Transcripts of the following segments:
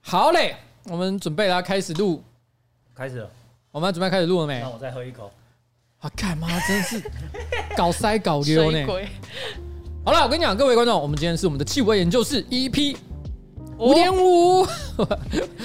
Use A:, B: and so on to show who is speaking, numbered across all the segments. A: 好嘞，我们准备了，开始录。
B: 开始了，
A: 我们准备开始录了没？
B: 让我再喝一口。
A: 啊，干嘛？真是 搞塞搞溜
C: 水
A: 呢。
C: 鬼
A: 好了，我跟你讲，各位观众，我们今天是我们的气味研究室 EP
B: 哦
A: 五点五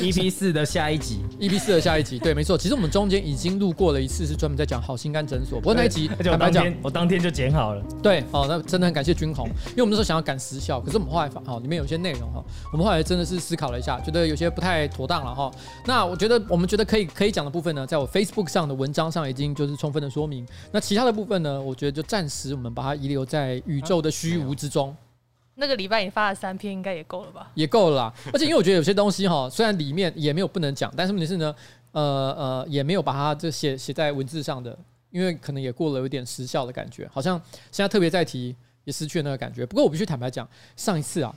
B: EP E 四的下一集，
A: ，EP 四的下一集。对，没错，其实我们中间已经录过了一次，是专门在讲好心肝诊所。不 过那一集，
B: 哎而且我
A: 坦白
B: 当
A: 讲，
B: 天我当天就 剪好了。
A: 对，哦，那真的很感谢君宏，因为我们那时候想要赶时效，可是我们后来发，哦，里面有一些内容哈、哦，我们后来真的是思考了一下，觉得有些不太妥当了哈、那我觉得我们觉得可以可以讲的部分呢，在我 Facebook 上的文章上已经就是充分的说明，那其他的部分呢，我觉得就暂时我们把它遗留在宇宙的虚无之中。
C: 那个礼拜你发了三篇，应该也够了吧？
A: 也够了啦。而且因为我觉得有些东西哈，虽然里面也没有不能讲，但是问题是呢，呃呃，也没有把它这写写在文字上的，因为可能也过了有点时效的感觉，好像现在特别在提也失去了那个感觉。不过我必须坦白讲，上一次啊，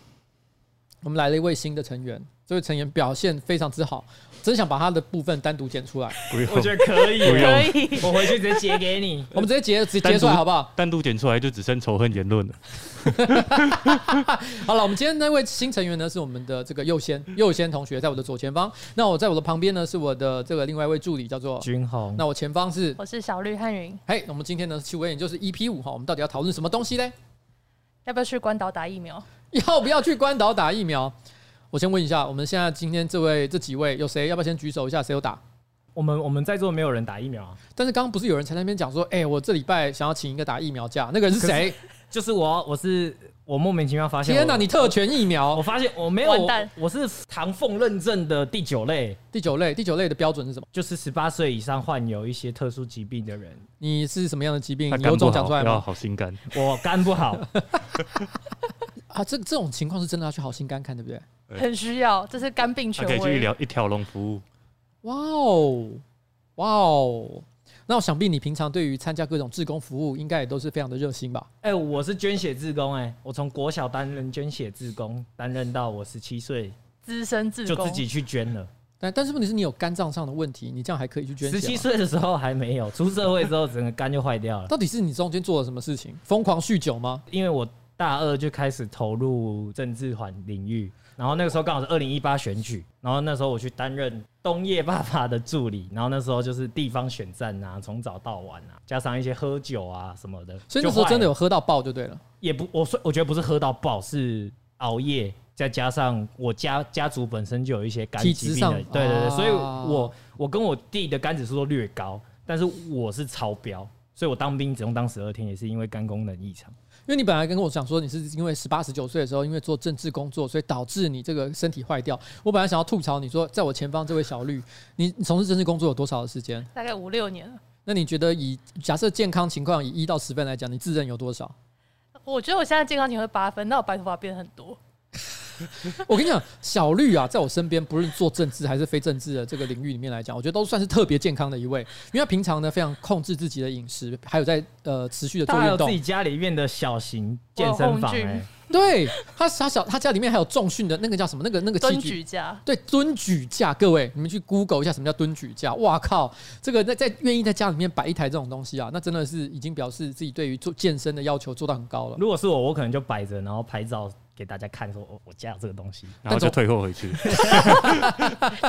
A: 我们来了一位新的成员，这位成员表现非常之好，真想把他的部分单独剪出来，
D: 不用
B: 我觉得可
A: 啊
B: 以，
D: 不用
C: 可以，
B: 我回去直接截给 你。
A: 我们直接截直接截出来好不好？
D: 单独剪出来就只剩仇恨言论了。
A: 好了，我们今天那位新成员呢，是我们的这个右先右先同学，在我的左前方。那我在我的旁边呢，是我的这个另外一位助理，叫做
B: 君宏，
A: 那我前方是
C: 我是小绿汉云，
A: 嘿，我们今天呢，气味也就是 EP 五哈，我们到底要讨论什么东西嘞？
C: 要不要去关岛打疫苗？
A: 要不要去关岛打疫苗？我先问一下，我们现在今天这位这几位有谁？要不要先举手一下？谁有打？
B: 我们我们在座没有人打疫苗啊，
A: 但是刚刚不是有人才在那边讲说，哎、我这礼拜想要请一个打疫苗假，那个人是谁？
B: 就是我，我是我莫名其妙发现我。
A: 天哪，你特权疫
B: 我
A: 苗
B: 发现我没有，
C: 完蛋
B: 我是唐凤认证的第九类，
A: 第九类，第九类的标准是什么？
B: 就是十八岁以上患有一些特殊疾病的人。
A: 你是什么样的疾病？
D: 他
A: 你
D: 肝
A: 有
D: 不
A: 种讲
D: 好，
A: 出来
D: 要
A: 吗？
D: 好心肝。
B: 我肝不 好，
A: 啊，这这种情况是真的要去好心肝看，对不对？
D: 对
C: 很需要，这是肝病
D: 他
C: 权
D: 可以去一
C: 威。
D: 条一条龙服务。
A: 哇哦，哇哦！那我想必你平常对于参加各种志工服务，应该也都是非常的热心吧？
B: 哎、我是捐血志工、哎，我从国小担任捐血志工，担任到我十七岁
C: 资深自
B: 就
C: 工
B: 自，己去捐了。
A: 但但是问题是你有肝脏上的问题，你这样还可以去捐血
B: 十
A: 吗。
B: 七岁的时候还没有，出社会之后整个肝就坏掉了。
A: 到底是你中间做了什么事情？疯狂酗酒吗？
B: 因为我大二就开始投入政治环领域，然后那个时候刚好是二零一八选举，然后那时候我去担任东叶爸爸的助理，然后那时候就是地方选战啊，从早到晚啊，加上一些喝酒啊什么的，
A: 所以那时候真的
B: 就坏了
A: 有喝到爆就对了。
B: 也不，我说我觉得不是喝到爆，是熬夜。再加上我家家族本身就有一些肝
A: 体
B: 疾
A: 质
B: 病的
A: 上，
B: 对对对，
A: 啊
B: 所以我我跟我弟的肝指数都略高，但是我是超标，所以我当兵只用当十二天，也是因为肝功能异常。
A: 因为你本来跟我讲说你是因为十八十九岁的时候，因为做政治工作，所以导致你这个身体坏掉。我本来想要吐槽你说，在我前方这位小绿，你你从事政治工作有多少的时间？
C: 大概五六年了。
A: 那你觉得以假设健康情况以一到十分来讲，你自认有多少？
C: 我觉得我现在健康情况八分，那我白头发变很 多。
A: 我跟你讲，小绿啊，在我身边，不论做政治还是非政治的这个领域里面来讲，我觉得都算是特别健康的一位，因为他平常呢非常控制自己的饮食，还有在呃持续的做
B: 他还有
A: 运动
B: 自。己家里面的小型健身
C: 我
B: 房、
C: 有红
B: 哎
C: 军，
A: 对他，他小他家里面还有重训的那个叫什么？那个那个器
C: 蹲
A: 具。
C: 举架，
A: 对，蹲举架，各位，你们去 Google 一下什么叫蹲举架。哇靠，这个在在愿意在家里面摆一台这种东西啊，那真的是已经表示自己对于做健身的要求做到很高了。
B: 如果是我，我可能就摆着，然后拍照给大家看说哦，我家有这个东西。
D: 然后就退货回去，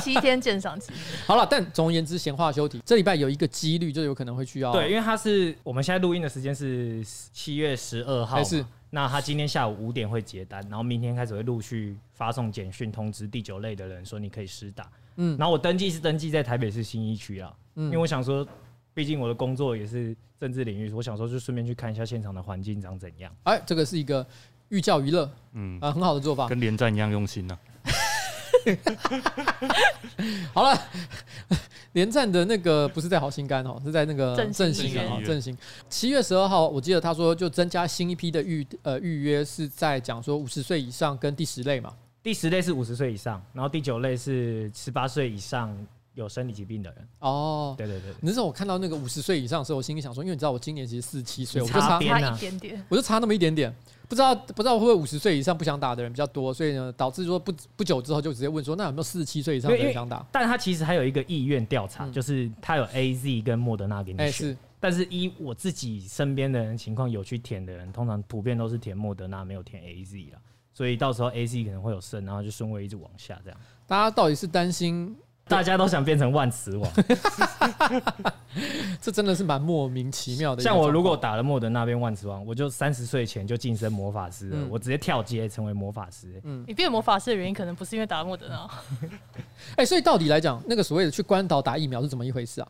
C: 七天鉴赏期，
A: 好了，但总而言之，闲话休题，这礼拜有一个几率就有可能会需要
B: 对，因为他是我们现在录音的时间是七月十二号
A: 还
B: 嘛，
A: 是
B: 那他今天下午五点会结单，然后明天开始会陆续发送简讯通知第九类的人说你可以施打。
A: 嗯
B: 嗯，然后我登记是登记在台北市新一区啦，
A: 嗯
B: 因为我想说，毕竟我的工作也是政治领域，我想说就顺便去看一下现场的环境长怎样。
A: 哎，这个是一个寓教于乐，
D: 嗯，
A: 啊，很好的做法。
D: 跟连战一样用心呐、啊。
A: 好了， 连战的那个不是在好心肝哦，是在那个
C: 振兴
A: 振兴
C: 医
A: 啊
C: 院
A: 哦，振兴。七月十二号，我记得他说就增加新一批的预呃预约是在讲说五十岁以上跟第十类嘛。
B: 第十类是五十岁以上，然后第九类是十八岁以上有生理疾病的人。
A: 哦，
B: 对对对对
A: 那时候我看到那个五十岁以上的时候，我心里想说，因为你知道我今年其实四十七岁，我
B: 你
A: 就
B: 差
A: 差
B: 边
C: 差
B: 啊
C: 一点点。
A: 我就差那么一点点，不知道不知道会不会五十岁以上不想打的人比较多，所以呢导致说不不久之后就直接问说，那有没有四十七岁以上的
B: 因
A: 人
B: 为
A: 想打？
B: 但他其实还有一个意愿调查，
A: 嗯
B: 就是他有 A Z 跟莫德纳给
A: 哎、
B: 你选。
A: 是
B: 但是依我自己身边的人情况，有去填的人，通常普遍都是填莫德纳，没有填 A Z 啦。所以到时候 AC 可能会有剩，然后就顺位一直往下这样。
A: 大家到底是担心？
B: 大家都想变成万磁 王，
A: 这真的是蛮莫名其妙的一个状
B: 像
A: 况。
B: 我如果打了莫德纳变万磁王，我就三十岁前就晋升魔法师了，
A: 嗯
B: 我直接跳阶成为魔法师。
C: 你变魔法师的原因，可能不是因为达莫德纳，
A: 哎、所以到底来讲，那个所谓的去关岛打疫苗是怎么一回事啊？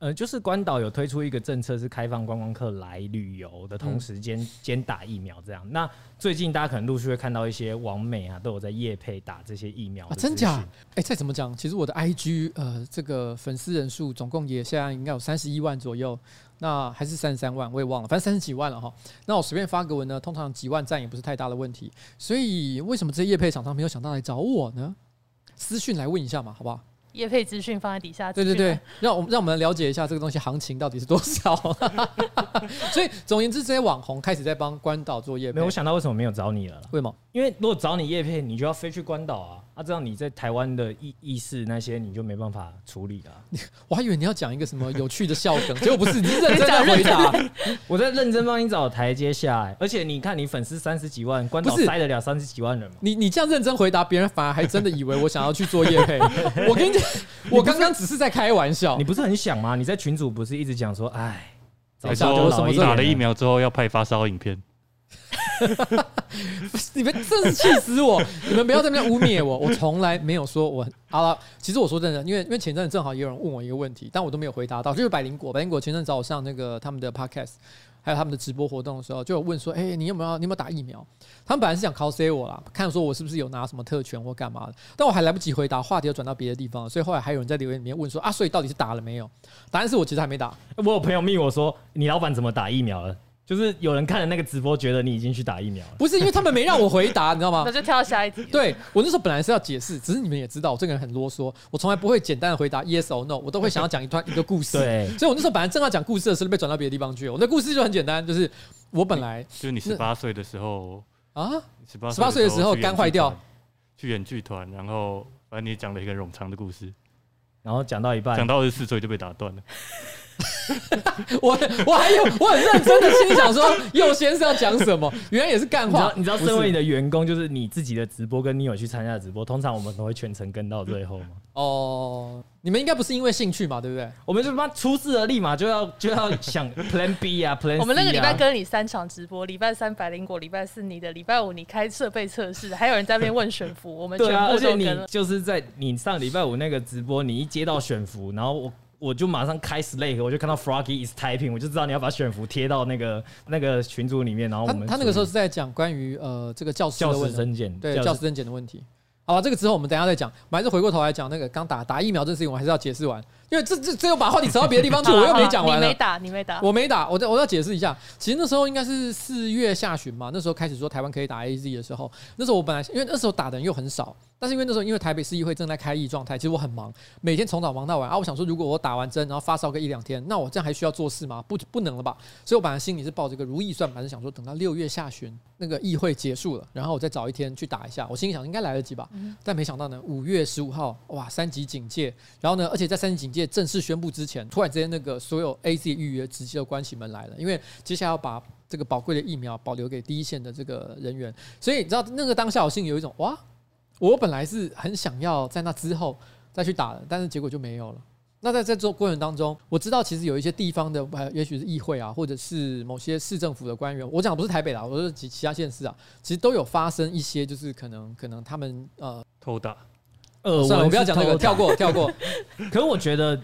B: 呃，就是关岛有推出一个政策，是开放观光客来旅游的同
A: 嗯
B: 时兼、兼打疫苗这样。那最近大家可能陆续会看到一些网美啊，都有在夜配打哦这些疫苗
A: 啊，
B: 的资
A: 真
B: 讯、
A: 假？哎、再怎么讲，其实我的 IG 呃，这个粉丝人数总共也现在应该有三十一万左右，那还是三十三万，我也忘了，反正三十几万了哈。那我随便发个文呢，通常几万赞也不是太大的问题，所以为什么这些业配厂商没有想到来找我呢？私讯来问一下嘛，好不好？
C: 也配资讯放在底下。
A: 对对
C: 资讯栏
A: 对，，让我们让我们了解一下这个东西行情到底是多少。 所以总而言之，这些网红开始在帮关岛做业
B: 没
A: 配
B: 有，我，想到为什么没有找你了啦。
A: 为什么？
B: 因为如果找你叶配，你就要飞去关岛啊，啊，这样你在台湾的意意识那些你就没办法处理了、啊
A: 我还以为你要讲一个什么有趣的笑梗，结果不是，你是认真在
C: 你讲
A: 回答。
B: 我在认真帮你找台阶下来，而且你看你粉丝三十几万，关岛
A: 不是
B: 塞得了三十几万人吗？
A: 你你这样认真回答，别人反而还真的以为我想要去做业配。我跟你讲，我刚刚只是在开玩笑
B: 你。不是很想吗？你在群组不是一直讲说，哎，早
D: 还
B: 知
A: 早
B: 道
A: 就
D: 说
B: 就
A: 什么啊
B: 老一
A: 都有
D: 打
B: 点
D: 了疫苗之后要拍发烧影片，
A: 你们真是气死我！ 你们不要在那边污蔑我，我从来没有说我啊好了。其实我说真的，因为因为前阵子正好也有人问我一个问题，但我都没有回答到，就是百灵果，百灵果前阵子找我上那个他们的 podcast。还有他们的直播活动的时候，就有问说：“哎、你有没有你有没有打疫苗？”他们本来是想 cos 我啦，看说我是不是有拿什么特权或干嘛的，但我还来不及回答，话题又转到别的地方了，所以后来还有人在留言里面问说：“啊，所以到底是打了没有？”答案是我其实还没打，
B: 我有朋友密我说，你老板怎么打疫苗了？就是有人看了那个直播，觉得你已经去打疫苗了。
A: 不是因为他们没让我回答，你知道吗
C: 那？就跳到下一题。
A: 对我那时候本来是要解释，只是你们也知道我这个人很啰嗦，我从来不会简单的回答 yes or no，我都会想要讲一段一个故事。
B: 对
A: 所以我那时候本来正要讲故事的时候，被转到别的地方去了。我那故事就很简单，就是我本来
D: 就是你十八岁的时候，
A: 啊，
D: 十八
A: 18岁的时候
D: 去演剧团
A: 肝坏掉，
D: 去演剧团，然后反正你讲了一个冗长的故事，
B: 然后讲到一半
D: 讲，到二十四岁就被打断了。
A: 我我还有我很认真的心里想说，右先生要讲什么，原来也是干
B: 你知道
A: 话，。
B: 你知道
A: 不是
B: 身为你的员工，就是你自己的直播跟你有去参加的直播，通常我们都会全程跟到最后嘛。
A: 哦，你们应该不是因为兴趣嘛，对不对？
B: 我们就他妈出事了，立马就要 就要想 Plan B 啊，Plan C 啊。
C: 我们那个礼拜跟你三场直播，礼拜三百灵果，礼拜四你的，礼拜五你开设备测试，还有人在那边问选服，我们全
B: 对啊，而
C: 部
B: 且
C: 都
B: 你
C: 跟了。
B: 就是在你上礼拜五那个直播，你一接到选服，然后我。我就马上开 Slack，我就看到 Froggy is typing，我就知道你要把选服贴到那个那个群组里面，哦然后我
A: 他
B: 们
A: 他那个时候是在讲关于呃这个教师
B: 教
A: 的问
B: 师
A: 题。
B: 增减，
A: 对教师增减的问题。好吧，这个之后我们等一下再讲。我们还是回过头来讲那个刚打打疫苗这事情，我还是要解释完，因为这这这又把话题扯到别的地方去，
C: 好啦
A: 我又
C: 啊好
A: 没
C: 啦
A: 讲完
C: 你
A: 了
C: 没。打，你没打。
A: 我没打，我再我要解释一下。其实那时候应该是四月下旬嘛，那时候开始说台湾可以打 A Z 的时候，那时候我本来因为那时候打的人又很少，但是因为那时候因为台北市议会正在开议状态，其实我很忙，每天从早忙到晚啊。我想说，如果我打完针然后发烧个一两天，那我这样还需要做事吗？不不能了吧？所以我本来心里是抱着一个如意算盘，是想说等到六月下旬那个议会结束了，然后我再找一天去打一下。我心里想应该来得及吧，但没想到呢，五月十五号哇，三级警戒，然后呢，而且在三级警戒正式宣布之前，突然之间那个所有 A Z 预约直接就关起门来了，因为接下来要把这个宝贵的疫苗保留给第一线的这个人员，所以你知道那个当下我心里有一种哇，我本来是很想要在那之后再去打的，但是结果就没有了。那在在做过程当中，我知道其实有一些地方的，呃，也许是议会啊，或者是某些市政府的官员，我讲的不是台北啦，我说其其他县市啊，其实都有发生一些，就是可能可能他们呃，
D: 偷打，
B: 呃，
A: 算了，我不要
B: 是
A: 讲这
B: 偷
A: 个，
B: 打
A: 跳。过跳过。
B: 可是我觉得，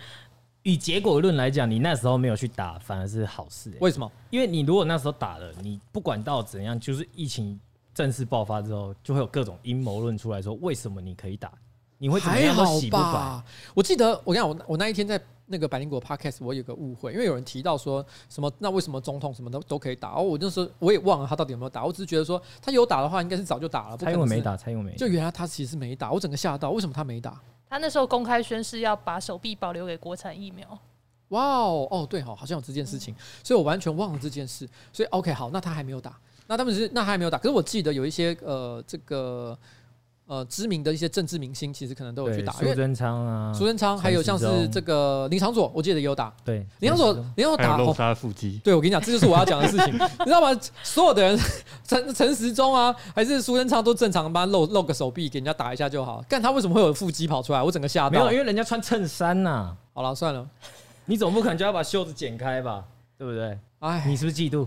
B: 以结果论来讲，你那时候没有去打，反而是好事、欸
A: 为什么？
B: 因为你如果那时候打了，你不管到怎样，就是疫情正式爆发之后，就会有各种阴谋论出来说为什么你可以打，你会怎么
A: 还
B: 样都
A: 好
B: 洗不白。
A: 吧？我记得我跟你讲，我我那一天在那个百灵果 podcast，我有个误会，因为有人提到说什么，那为什么总统什么都都可以打？哦，我那时候我也忘了他到底有没有打，我只是觉得说他有打的话，应该是早就打了，不可
B: 蔡
A: 能
B: 英文没
A: 是。
B: 打，蔡英文没打
A: 就。原来他其实没打，我整个吓到，为什么他没打？
C: 他那时候公开宣誓要把手臂保留给国产疫苗，
A: 哇哦，哦对好，好像有这件事情，所以我完全忘了这件事。所以 OK，好，那他还没有打，那他们是那他还没有打，可是我记得有一些呃这个。呃知名的一些政治明星，其实可能都有去
B: 对，
A: 打，因
B: 苏
A: 为
B: 贞昌啊，
A: 苏贞昌还有像
B: 陈时
A: 是
B: 中
A: 这个林长佐，我记得也有打。
B: 对
A: 林长佐，林长佐
D: 还有
A: 打
D: 露
A: 哦，
D: 莎腹肌，
A: 对我跟你讲，这就是我要讲的事 情，你知道吗？所有的人，陈陈时中啊，还是苏贞昌都正常帮露露个手臂给人家打一下就好。干他为什么会有腹肌跑出来？我整个吓
B: 没
A: 到
B: 有，因。为人家穿衬衫呐、
A: 好了，算了，
B: 你总不可能就要把袖子剪开吧，对不对？
A: 哎，
B: 你是不是嫉妒？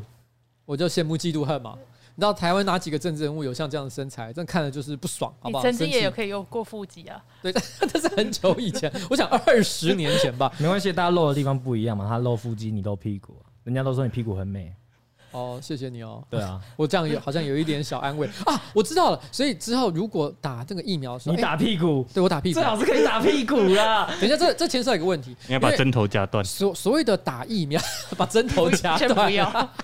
A: 我就羡慕嫉妒恨嘛。你知道台湾哪几个政治人物有像这样的身材？真的看了就是不爽，好
C: 你
A: 不好？
C: 曾经也有
A: 生气，
C: 可以用过腹肌啊，
A: 对， 但但是很久以前，我想二十年前吧。
B: 没关系，大家露的地方不一样嘛，他露腹肌，你露屁股，啊人家都说你屁股很美，
A: 哦，谢谢你哦，
B: 对 啊，
A: 我这样有好像有一点小 安慰啊，我知道了。所以之后如果打这个疫苗的时候，
B: 你打屁股
A: 哎、对我打屁股
B: 最。好是可以打屁股啦。
A: 等一下，这这牵涉到一个问题，
D: 应该把
A: 因为
D: 针头夹断。
A: 所所谓的打疫苗， 把针头夹
C: 先不
A: 断，
C: 要。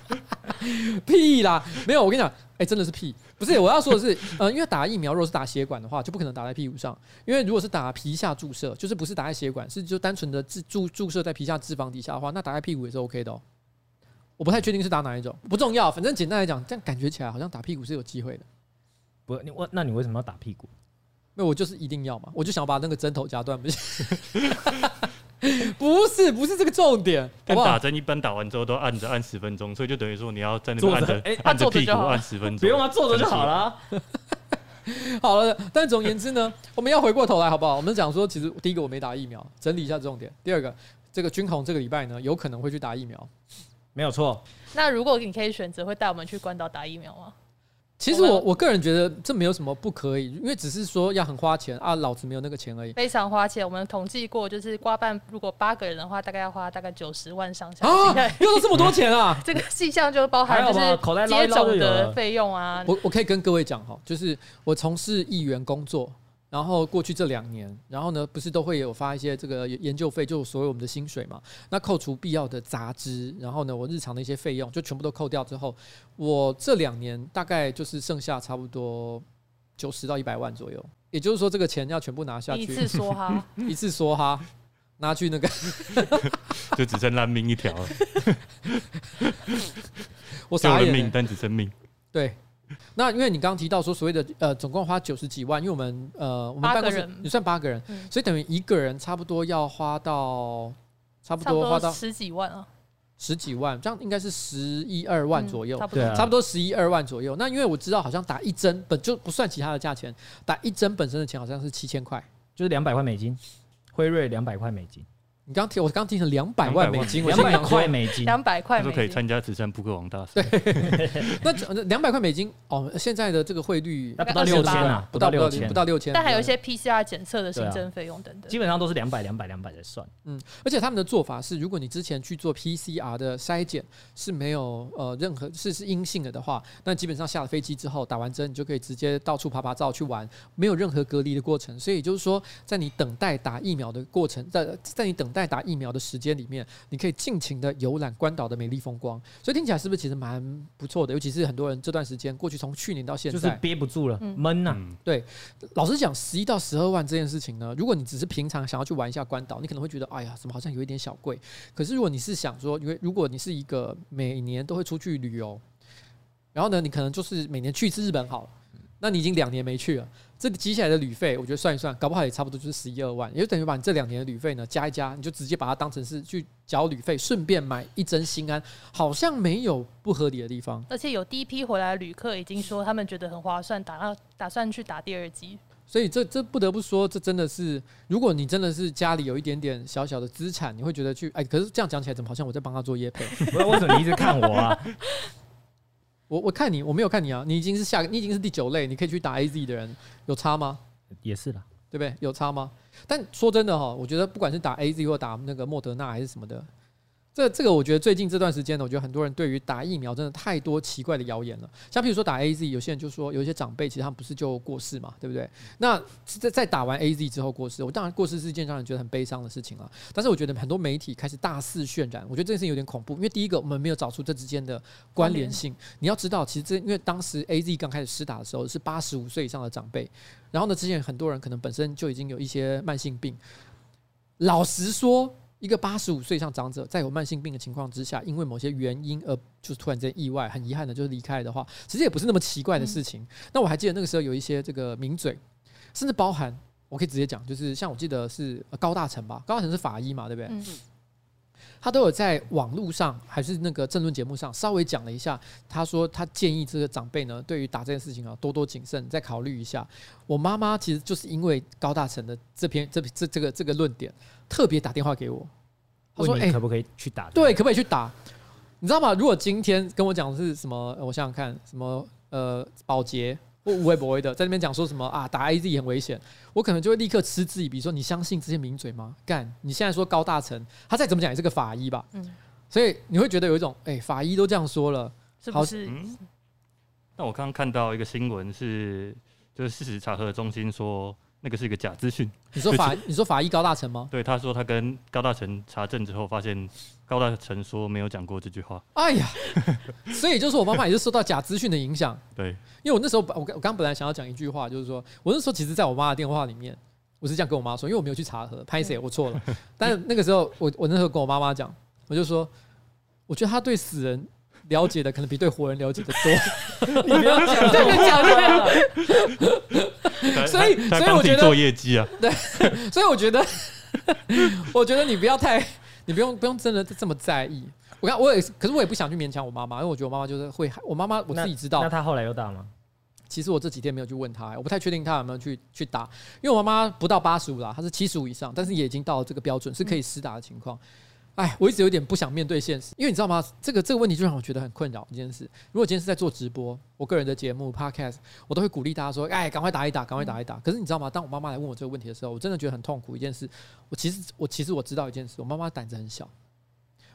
A: 屁啦！没有，我跟你讲，哎、真的是屁，不是我要说的是， 呃，因为打疫苗如果是打血管的话，就不可能打在屁股上，因为如果是打皮下注射，就是不是打在血管，是就单纯的注注注射在皮下脂肪底下的话，那打在屁股也是 OK 的哦。我不太确定是打哪一种，不重要，反正简单来讲，这样感觉起来好像打屁股是有机会的。
B: 不，你我那你为什么要打屁股？
A: 那我就是一定要嘛，我就想把那个针头夹断，不是？ 不是，不是这个重点，好
D: 但
A: 不
D: 打
A: 好？
D: 针一般打完之后都按着按十分钟，所以就等于说你要在那边按
B: 坐着哎
D: 着按着
C: 坐着
D: 屁股
C: 就好
D: 按十分钟，
B: 不用啊，坐着就好了啊、
A: 好了，但总而言之呢，我们要回过头来，好不好？我们讲说，其实第一个我没打疫苗，整理一下重点；第二个，这个军红这个礼拜呢，有可能会去打疫苗。
B: 没有错，
C: 那如果你可以选择，会带我们去关岛打疫苗吗？
A: 其实我
C: 我
A: 我个人觉得这没有什么不可以，因为只是说要很花钱啊，老子没有那个钱而已。
C: 非常花钱，我们统计过，就是瓜办如果八个人的话，大概要花大概九十万上下。
A: 啊
C: 你看，
A: 用了这么多钱啊！
C: 这个细项就包含
B: 还好
C: 就
B: 吧口袋
C: 是
B: 捞一
C: 接
B: 捞就有了
C: 种的费用啊，
A: 我我可以跟各位讲哈，就是我从事议员工作，然后过去这两年，然后呢，不是都会有发一些这个研究费，就所谓我们的薪水嘛。那扣除必要的杂支，然后呢，我日常的一些费用就全部都扣掉之后，我这两年大概就是剩下差不多九十到一百万左右。也就是说，这个钱要全部拿下
C: 一
A: 去，
C: 次 说哈，
A: 一次说哈，拿去那个。
D: 就只剩烂命一条了，
A: 我
D: 救
A: 傻
D: 了
A: 眼、
D: 命
A: 欸。
D: 但只剩命。
A: 对，那因为你刚刚提到说所谓的呃，总共花九十几万，因为我们呃，我们
C: 八
A: 办
C: 个
A: 公室
C: 人
A: 你算八个人，
C: 嗯
A: 所以等于一个人差不多要花到差不
C: 差不
A: 多花
C: 多
A: 到
C: 十几万啊，
A: 十几万，这样应该是十一二万
C: 嗯
A: 左右。
C: 差不
B: 对
C: 多
B: 啊。
A: 差不多十一二万左右，那因为我知道好像打一针本就不算其他的价钱，打一针本身的钱好像是七千块。
B: 就是两百块美金，辉瑞两百块美金，
A: 你刚听我刚听成两百万美金，我
B: 两
A: 心里
B: 百
A: 想说
B: 块美金，
C: 两百
D: 他
C: 块
D: 说
C: 美
D: 可以
C: 金，
D: 参加慈善扑克王大赛，
A: 那呃两百块美金哦，现在的这个汇率
B: 那
C: 不
B: 不到
C: 到六
B: 六
C: 千
B: 千
C: 啊
B: 啊，
A: 不
B: 不
A: 到不到
B: 到
A: 六
B: 六千
A: 不，到六千，
C: 但还有一些 PCR 检测的新
B: 对
C: 增
B: 啊
C: 费用等等。
B: 基本上都是两百、两百、两百在算。
A: 嗯，而且他们的做法是，如果你之前去做 PCR 的筛检是没有呃任何是是阴性的的话，那基本上下了飞机之后打完针，你就可以直接到处爬爬照去玩，没有任何隔离的过程。所以也就是说，在你等待打疫苗的过程，在在你等待打疫苗的时间里面，你可以尽情的游览关岛的美丽风光。所以听起来是不是其实蛮不错的？尤其是很多人这段时间过去，从去年到现在，
B: 就是憋不住了，
C: 嗯
B: 闷啊呐、
D: 嗯，
A: 老实讲，十一到十二万这件事情呢，如果你只是平常想要去玩一下关岛，你可能会觉得，哎呀，怎么好像有一点小贵。可是如果你是想说，因为如果你是一个每年都会出去旅游，然后呢，你可能就是每年去一次日本好了，那你已经两年没去了，这积下来的旅费，我觉得算一算，搞不好也差不多就是十一二万，也就等于把你这两年的旅费呢加一加，你就直接把它当成是去缴旅费，顺便买一针心安，好像没有不合理的地方。
C: 而且有第一批回来的旅客已经说，他们觉得很划算，打到打算去打第二剂。
A: 所以这这不得不说，这真的是，如果你真的是家里有一点点小小的资产，你会觉得去，哎，可是这样讲起来，怎么好像我在帮他做业配？
B: 不是为什么你一直看我啊？
A: 我我看你，我没有看你啊，你已经是下，你已经是第九类，你可以去打 AZ 的人，有差吗？
B: 也是啦，
A: 对不对？有差吗？但说真的哈、我觉得不管是打 AZ 或打那个莫德纳还是什么的，这这个我觉得最近这段时间呢，我觉得很多人对于打疫苗真的太多奇怪的谣言了。像譬如说打 AZ，有些人就说有一些长辈其实他们不是就过世嘛，对不对？那在在打完 AZ 之后过世，我当然过世是一件让人觉得很悲伤的事情了。但是我觉得很多媒体开始大肆渲染，我觉得这件事情有点恐怖，因为第一个我们没有找出这之间的关联性。你要知道，其实这因为当时 AZ 刚开始施打的时候是八十五岁以上的长辈，然后呢，之前很多人可能本身就已经有一些慢性病。老实说，一个八十五岁以上长者，在有慢性病的情况之下，因为某些原因而就是突然间意外，很遗憾的就是离开了的话，其实也不是那么奇怪的事情。那我还记得那个时候有一些这个名嘴，甚至包含我可以直接讲，就是像我记得是呃高大成吧，高大成是法医嘛，对不对？
C: 嗯
A: 他都有在网络上还是那个政论节目上稍微讲了一下，他说他建议这个长辈呢，对于打这件事情啊多多谨慎，再考虑一下。我妈妈其实就是因为高大成的这篇这这这个这个论点，特别打电话给我，他说：“
B: 问
A: 哎、
B: 你可不可以去打？
A: 对，，可不可以去打？你知道吗？如果今天跟我讲的是什么，呃我想想看，什么呃，保洁或无微不微的，在那边讲说什么啊，打 AZ 很危险，我可能就会立刻嗤之以鼻，说你相信这些名嘴吗？干，你现在说高大成，他再怎么讲也是个法医吧？
C: 嗯
A: 所以你会觉得有一种，哎、法医都这样说了，
C: 是
A: 好
C: 不是？
D: 嗯，那我刚刚看到一个新闻是，就是事实查核中心说那个是一个假资讯，
A: 你说法，你说法医高大成吗？
D: 对他说他跟高大成查证之后发现高大成说没有讲过这句话，
A: 哎呀，所以就是我妈妈也是受到假资讯的影响，
D: 对，
A: 因为我那时候我刚我刚本来想要讲一句话，就是说我那时候其实在我妈的电话里面，我是这样跟我妈说，因为我没有去查核，拍谁我错了。但是那个时候我我那时候跟我妈妈讲，我就说，我觉得她对死人了解的可能比对活人了解的多。 你不要讲这个讲的，所以所
D: 他
A: 以
D: 他帮
A: 我
D: 自
A: 觉
D: 己
A: 得
D: 做业绩啊，
A: 所以我觉得， 我觉得你不要太，你不用不用真的这么在意。我看我也是，可是我也不想去勉强我妈妈，因为我觉得我妈妈就是会害，我妈妈我自己知道
B: 那，他后来又打吗？
A: 其实我这几天没有去问他、我不太确定他有没有去去打，因为我妈妈不到八十五啦，她是七十五以上，但是也已经到了这个标准，是可以施打的情况。哎，我一直有点不想面对现实，因为你知道吗？这个这个问题就让我觉得很困扰。这件事，如果今天是在做直播，我个人的节目 podcast，我都会鼓励大家说：“哎，赶快打一打，赶快打一打。可是你知道吗？当我妈妈来问我这个问题的时候，我真的觉得很痛苦。一件事，我其实我其实我知道一件事，我妈妈胆子很小。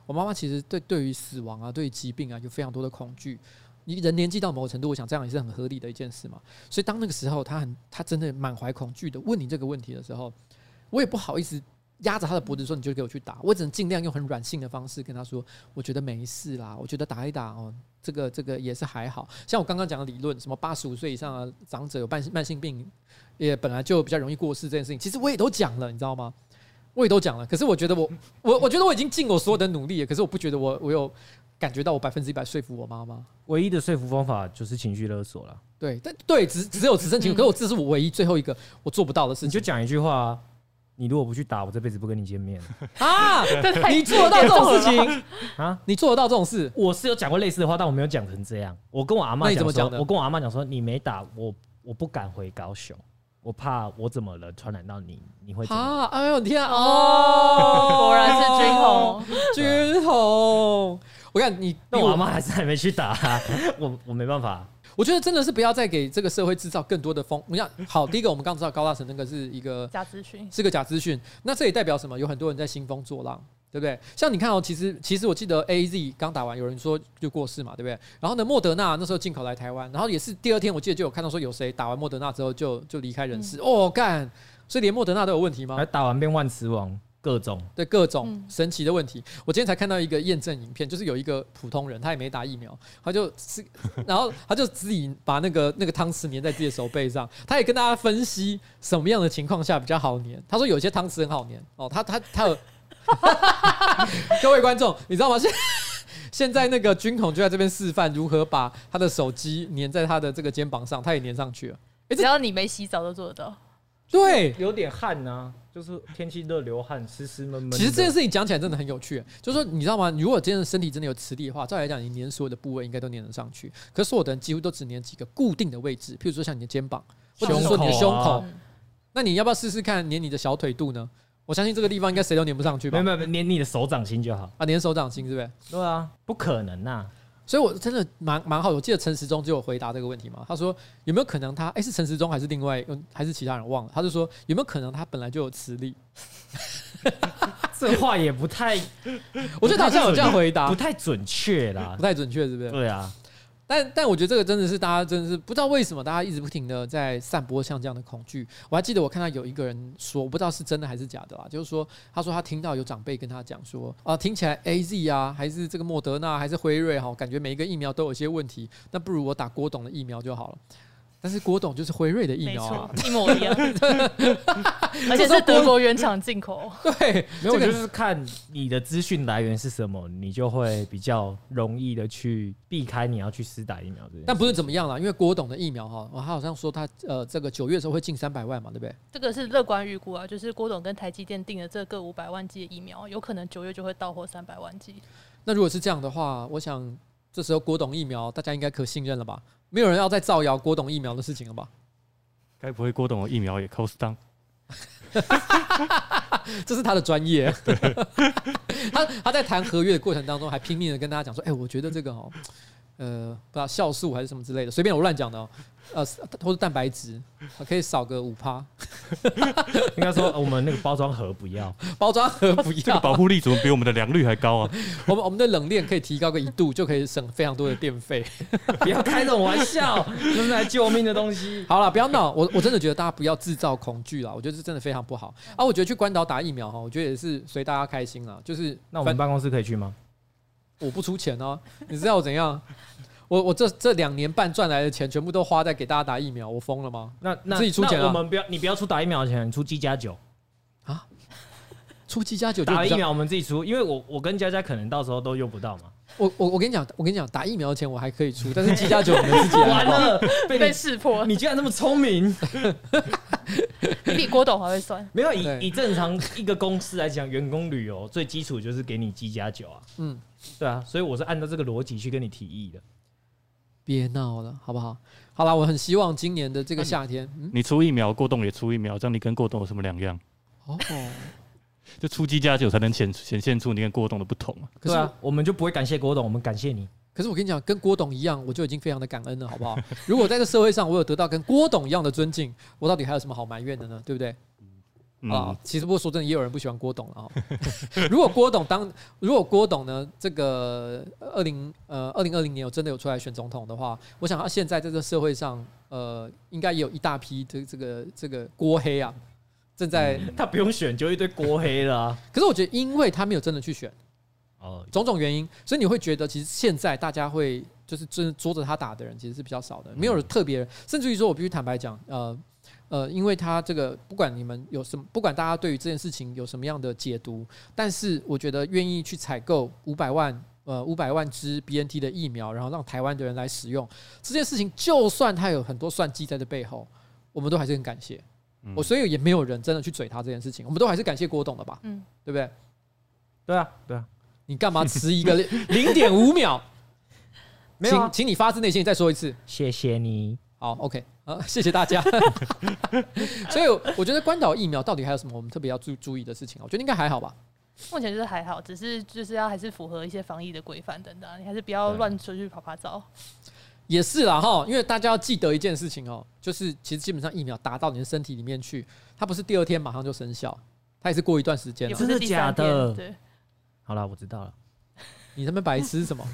A: 我妈妈其实对对于死亡啊，对于疾病啊，有非常多的恐惧。你人年纪到某个程度，我想这样也是很合理的一件事嘛。所以当那个时候，他很他真的满怀恐惧的问你这个问题的时候，我也不好意思压着他的脖子说你就给我去打，我只能尽量用很软性的方式跟他说，我觉得没事啦，我觉得打一打哦，这个这个也是还好。像我刚刚讲的理论，什么八十五岁以上的长者有慢慢性病，也本来就比较容易过世这件事情，其实我也都讲了，你知道吗？我也都讲了，可是我觉得我我我觉得我已经尽我所有的努力了，可是我不觉得我我有感觉到我百分之一百说服我妈妈。
B: 唯一的说服方法就是情绪勒索了。
A: 对，但对，只只有直升情绪，
C: 嗯
A: 可是我这是我唯一最后一个我做不到的事
B: 你就
A: 情。
B: 讲一句话、啊，你如果不去打，我这辈子不跟你见面
A: 啊，
C: 这太
A: 你做得到这种事情，
B: 啊！
A: 你做得到这种事，
B: 我是有讲过类似的话，但我没有讲成这样。我跟我阿
A: 那
B: 妈
A: 你怎
B: 讲
A: 么
B: 说
A: 讲，的
B: 我跟我阿妈讲说，你没打我，我不敢回高雄，我怕我怎么了传染到你，你会怎么样？
A: 啊！哎呦天啊！哦，
C: 果然是军红，
A: 军红。我看你，
B: 那我阿妈还是还没去打、 啊，我我没办法、
A: 我觉得真的是不要再给这个社会制造更多的风。你想，好，第一个我们刚知道高大成那个是一个
C: 假资讯，
A: 是个假资讯，那这也代表什么？有很多人在兴风作浪，对不对？像你看哦，其实其实我记得 A Z 刚打完，有人说就过世嘛，对不对？然后呢，莫德纳那时候进口来台湾，然后也是第二天，我记得就有看到说有谁打完莫德纳之后就就离开人世，哦干，所以连莫德纳都有问题吗
B: 而？打完变万磁王，各种
A: 对各种
C: 嗯
A: 神奇的问题。我今天才看到一个验证影片，就是有一个普通人，他也没打疫苗，他就是， 然后他就自己把那个那个汤匙粘在自己的手背上，他也跟大家分析什么样的情况下比较好粘。他说有些汤匙很好粘哦，他他他有， 各位观众，你知道吗？现现在那个军统就在这边示范如何把他的手机粘在他的这个肩膀上，他也粘上去了。
C: 只要你没洗澡都做得到。
A: 对，
B: 有点汗啊，就是天气热流汗，湿湿闷闷的。
A: 其实这件事情讲起来真的很有趣，就是说你知道吗？如果真的身体真的有磁力的话，照理来讲，你粘所有的部位应该都粘得上去。可是所有的人几乎都只粘几个固定的位置，譬如说像你的肩膀，或者是说你的胸
B: 胸口啊
A: 口。
C: 嗯
A: 那你要不要试试看粘你的小腿肚呢？我相信这个地方应该谁都粘不上去
B: 没
A: 吧
B: 有？没有，没有连你的手掌心就好。
A: 啊，粘手掌心是不是？
B: 对啊，不可能呐、
A: 所以我真的蛮蛮好的。我记得陈时中就有回答这个问题嘛，他说有没有可能他哎、是陈时中还是另外嗯还是其他人忘了？他就说有没有可能他本来就有磁力？
B: 这话也不太
A: 我觉得他好像有这样回答
B: 不，太准确啦
A: 不。太准确，是不是？
B: 对啊，
A: 但但我觉得这个真的是大家真的是不知道为什么大家一直不停的在散播像这样的恐惧。我还记得我看到有一个人说，我不知道是真的还是假的啦，就是说他说他听到有长辈跟他讲说，啊、听起来 A Z 啊，还是这个莫德纳，还是辉瑞哈，感觉每一个疫苗都有一些问题，那不如我打郭董的疫苗就好了。但是郭董就是辉瑞的疫
C: 没
A: 苗
C: 错
A: 啊，，
C: 一模 一样，而且是德国原厂进口。
A: 对，
B: 没有，
A: 这个
B: 就是看你的资讯来源是什么，你就会比较容易的去避开你要去施打疫苗这件事。
A: 但不是怎么样啦，因为郭董的疫苗哈，哦他好像说他呃这个九月的时候会进三百万嘛，对不对？
C: 这个是乐观预估啊，就是郭董跟台积电订的这个五百万剂的疫苗，有可能九月就会到货三百万剂。
A: 那如果是这样的话，我想这时候郭董疫苗大家应该可信任了吧？没有人要再造谣郭董疫苗的事情了吧？
D: 该不会郭董的疫苗也 cost down？
A: 这是他的专业。 他他在谈合约的过程当中，还拼命的跟大家讲说：“哎、我觉得这个哦，呃，不知道酵素还是什么之类的，随便我乱讲的哦，呃，或是蛋白质可以少个五趴，
B: 应该说呃我们那个包装盒不 要，
A: 包装盒不
D: 这个
A: 要，
D: 保护力怎么比我们的良率还高啊？
A: 我们我们的冷链可以提高个一度，就可以省非常多的电费。”
B: 不要开这种玩笑，这是来救命的东 西。
A: 好了，不要闹，我我真的觉得大家不要制造恐惧啦，我觉得这真的非常不好啊！我觉得去关岛打疫苗哈，我觉得也是随大家开心啦，就是
B: 那我
A: 反
B: 们办公室可以去吗？
A: 我不出钱哦、你知道我怎样？我我这这两年半赚来的钱全部都花在给大家打疫苗，我疯了吗？
B: 那那
A: 自己出钱啊
B: 那我们不要，你不要出打疫苗的钱，你出鸡加酒。
A: 出七加九就
B: 打了
A: 比
B: 疫
A: 较，
B: 苗我们自己出，因为我我跟佳佳可能到时候都用不到嘛。
A: 我我我跟你讲，我跟你讲，打疫苗的钱我还可以出，但是七加九你 们自己来
B: 完
A: 报。
B: 了， 被
C: 被
B: 你
C: 识破，
B: 你竟然这么聪明！
C: 你 比郭董还会算。
B: 没有以
A: 对
B: 以正常一个公司来讲，员工旅游 最基础就是给你鸡加酒啊。
A: 嗯，
B: 对啊，所以我是按照这个逻辑去跟你提议的。
A: 别闹了，好不好？好啦，我很希望今年的这个夏天，嗯，
D: 你出疫苗，郭董也出疫苗，这样你跟郭董有什么两样？
A: 哦，
D: 就出鸡加酒才能显显现出你跟郭董的不同啊！
A: 可
B: 对
A: 是、
B: 啊，我们就不会感谢郭董，我们感谢你。
A: 可是我跟你讲，跟郭董一样，我就已经非常的感恩了，好不 好？如果在这社会上我有得到跟郭董一样的尊敬，我到底还有什么好埋怨的呢？对不对？
D: 嗯，
A: 啊，其实不过说真的，也有人不喜欢郭董了啊、 如果郭董当，如果郭董呢，这个二零呃二零二零年有真的有出来选总统的话，我想他现在在这社会上，呃，应该也有一大批这这个这个郭黑啊，正在。
D: 嗯
B: 他不用选，就一堆锅黑了、啊。
A: 可是我觉得，因为他没有真的去选，
B: 哦，
A: 种种原因，所以你会觉得，其实现在大家会就是真的捉着他打的人，其实是比较少的，没有特别人，甚至于说，我必须坦白讲，呃呃，因为他这个不管你们有什么，不管大家对于这件事情有什么样的解读，但是我觉得愿意去采购五百万。呃，五百万支 BNT 的疫苗，然后让台湾的人来使用这件事情，就算他有很多算计在这背后，我们都还是很感谢。
D: 嗯
A: 我、所以也没有人真的去嘴他这件事情，我们都还是感谢郭董的吧，
C: 嗯，
A: 对不对？
B: 对啊，对啊，
A: 你干嘛迟一个零点五秒？
B: 没有啊
A: 请请你发自内心地再说一次。
B: 谢谢你。
A: 好，OK，啊，谢谢大家。 所以我觉得关岛疫苗到底还有什么我们特别要注注意的事情啊？我觉得应该还好吧。
C: 目前就是还好，只是就是要还是符合一些防疫的规范等等啊，你还是不要乱出去跑爬照。
A: 也是啦哈，因为大家要记得一件事情哦，就是其实基本上疫苗打到你的身体里面去，它不是第二天马上就生效，它也是过一段时间
C: 也
A: 啊
C: 不。是
B: 真的
C: 第三
B: 假的
C: 天对，
B: 好了，我知道了。
A: 你他妈白痴是什么？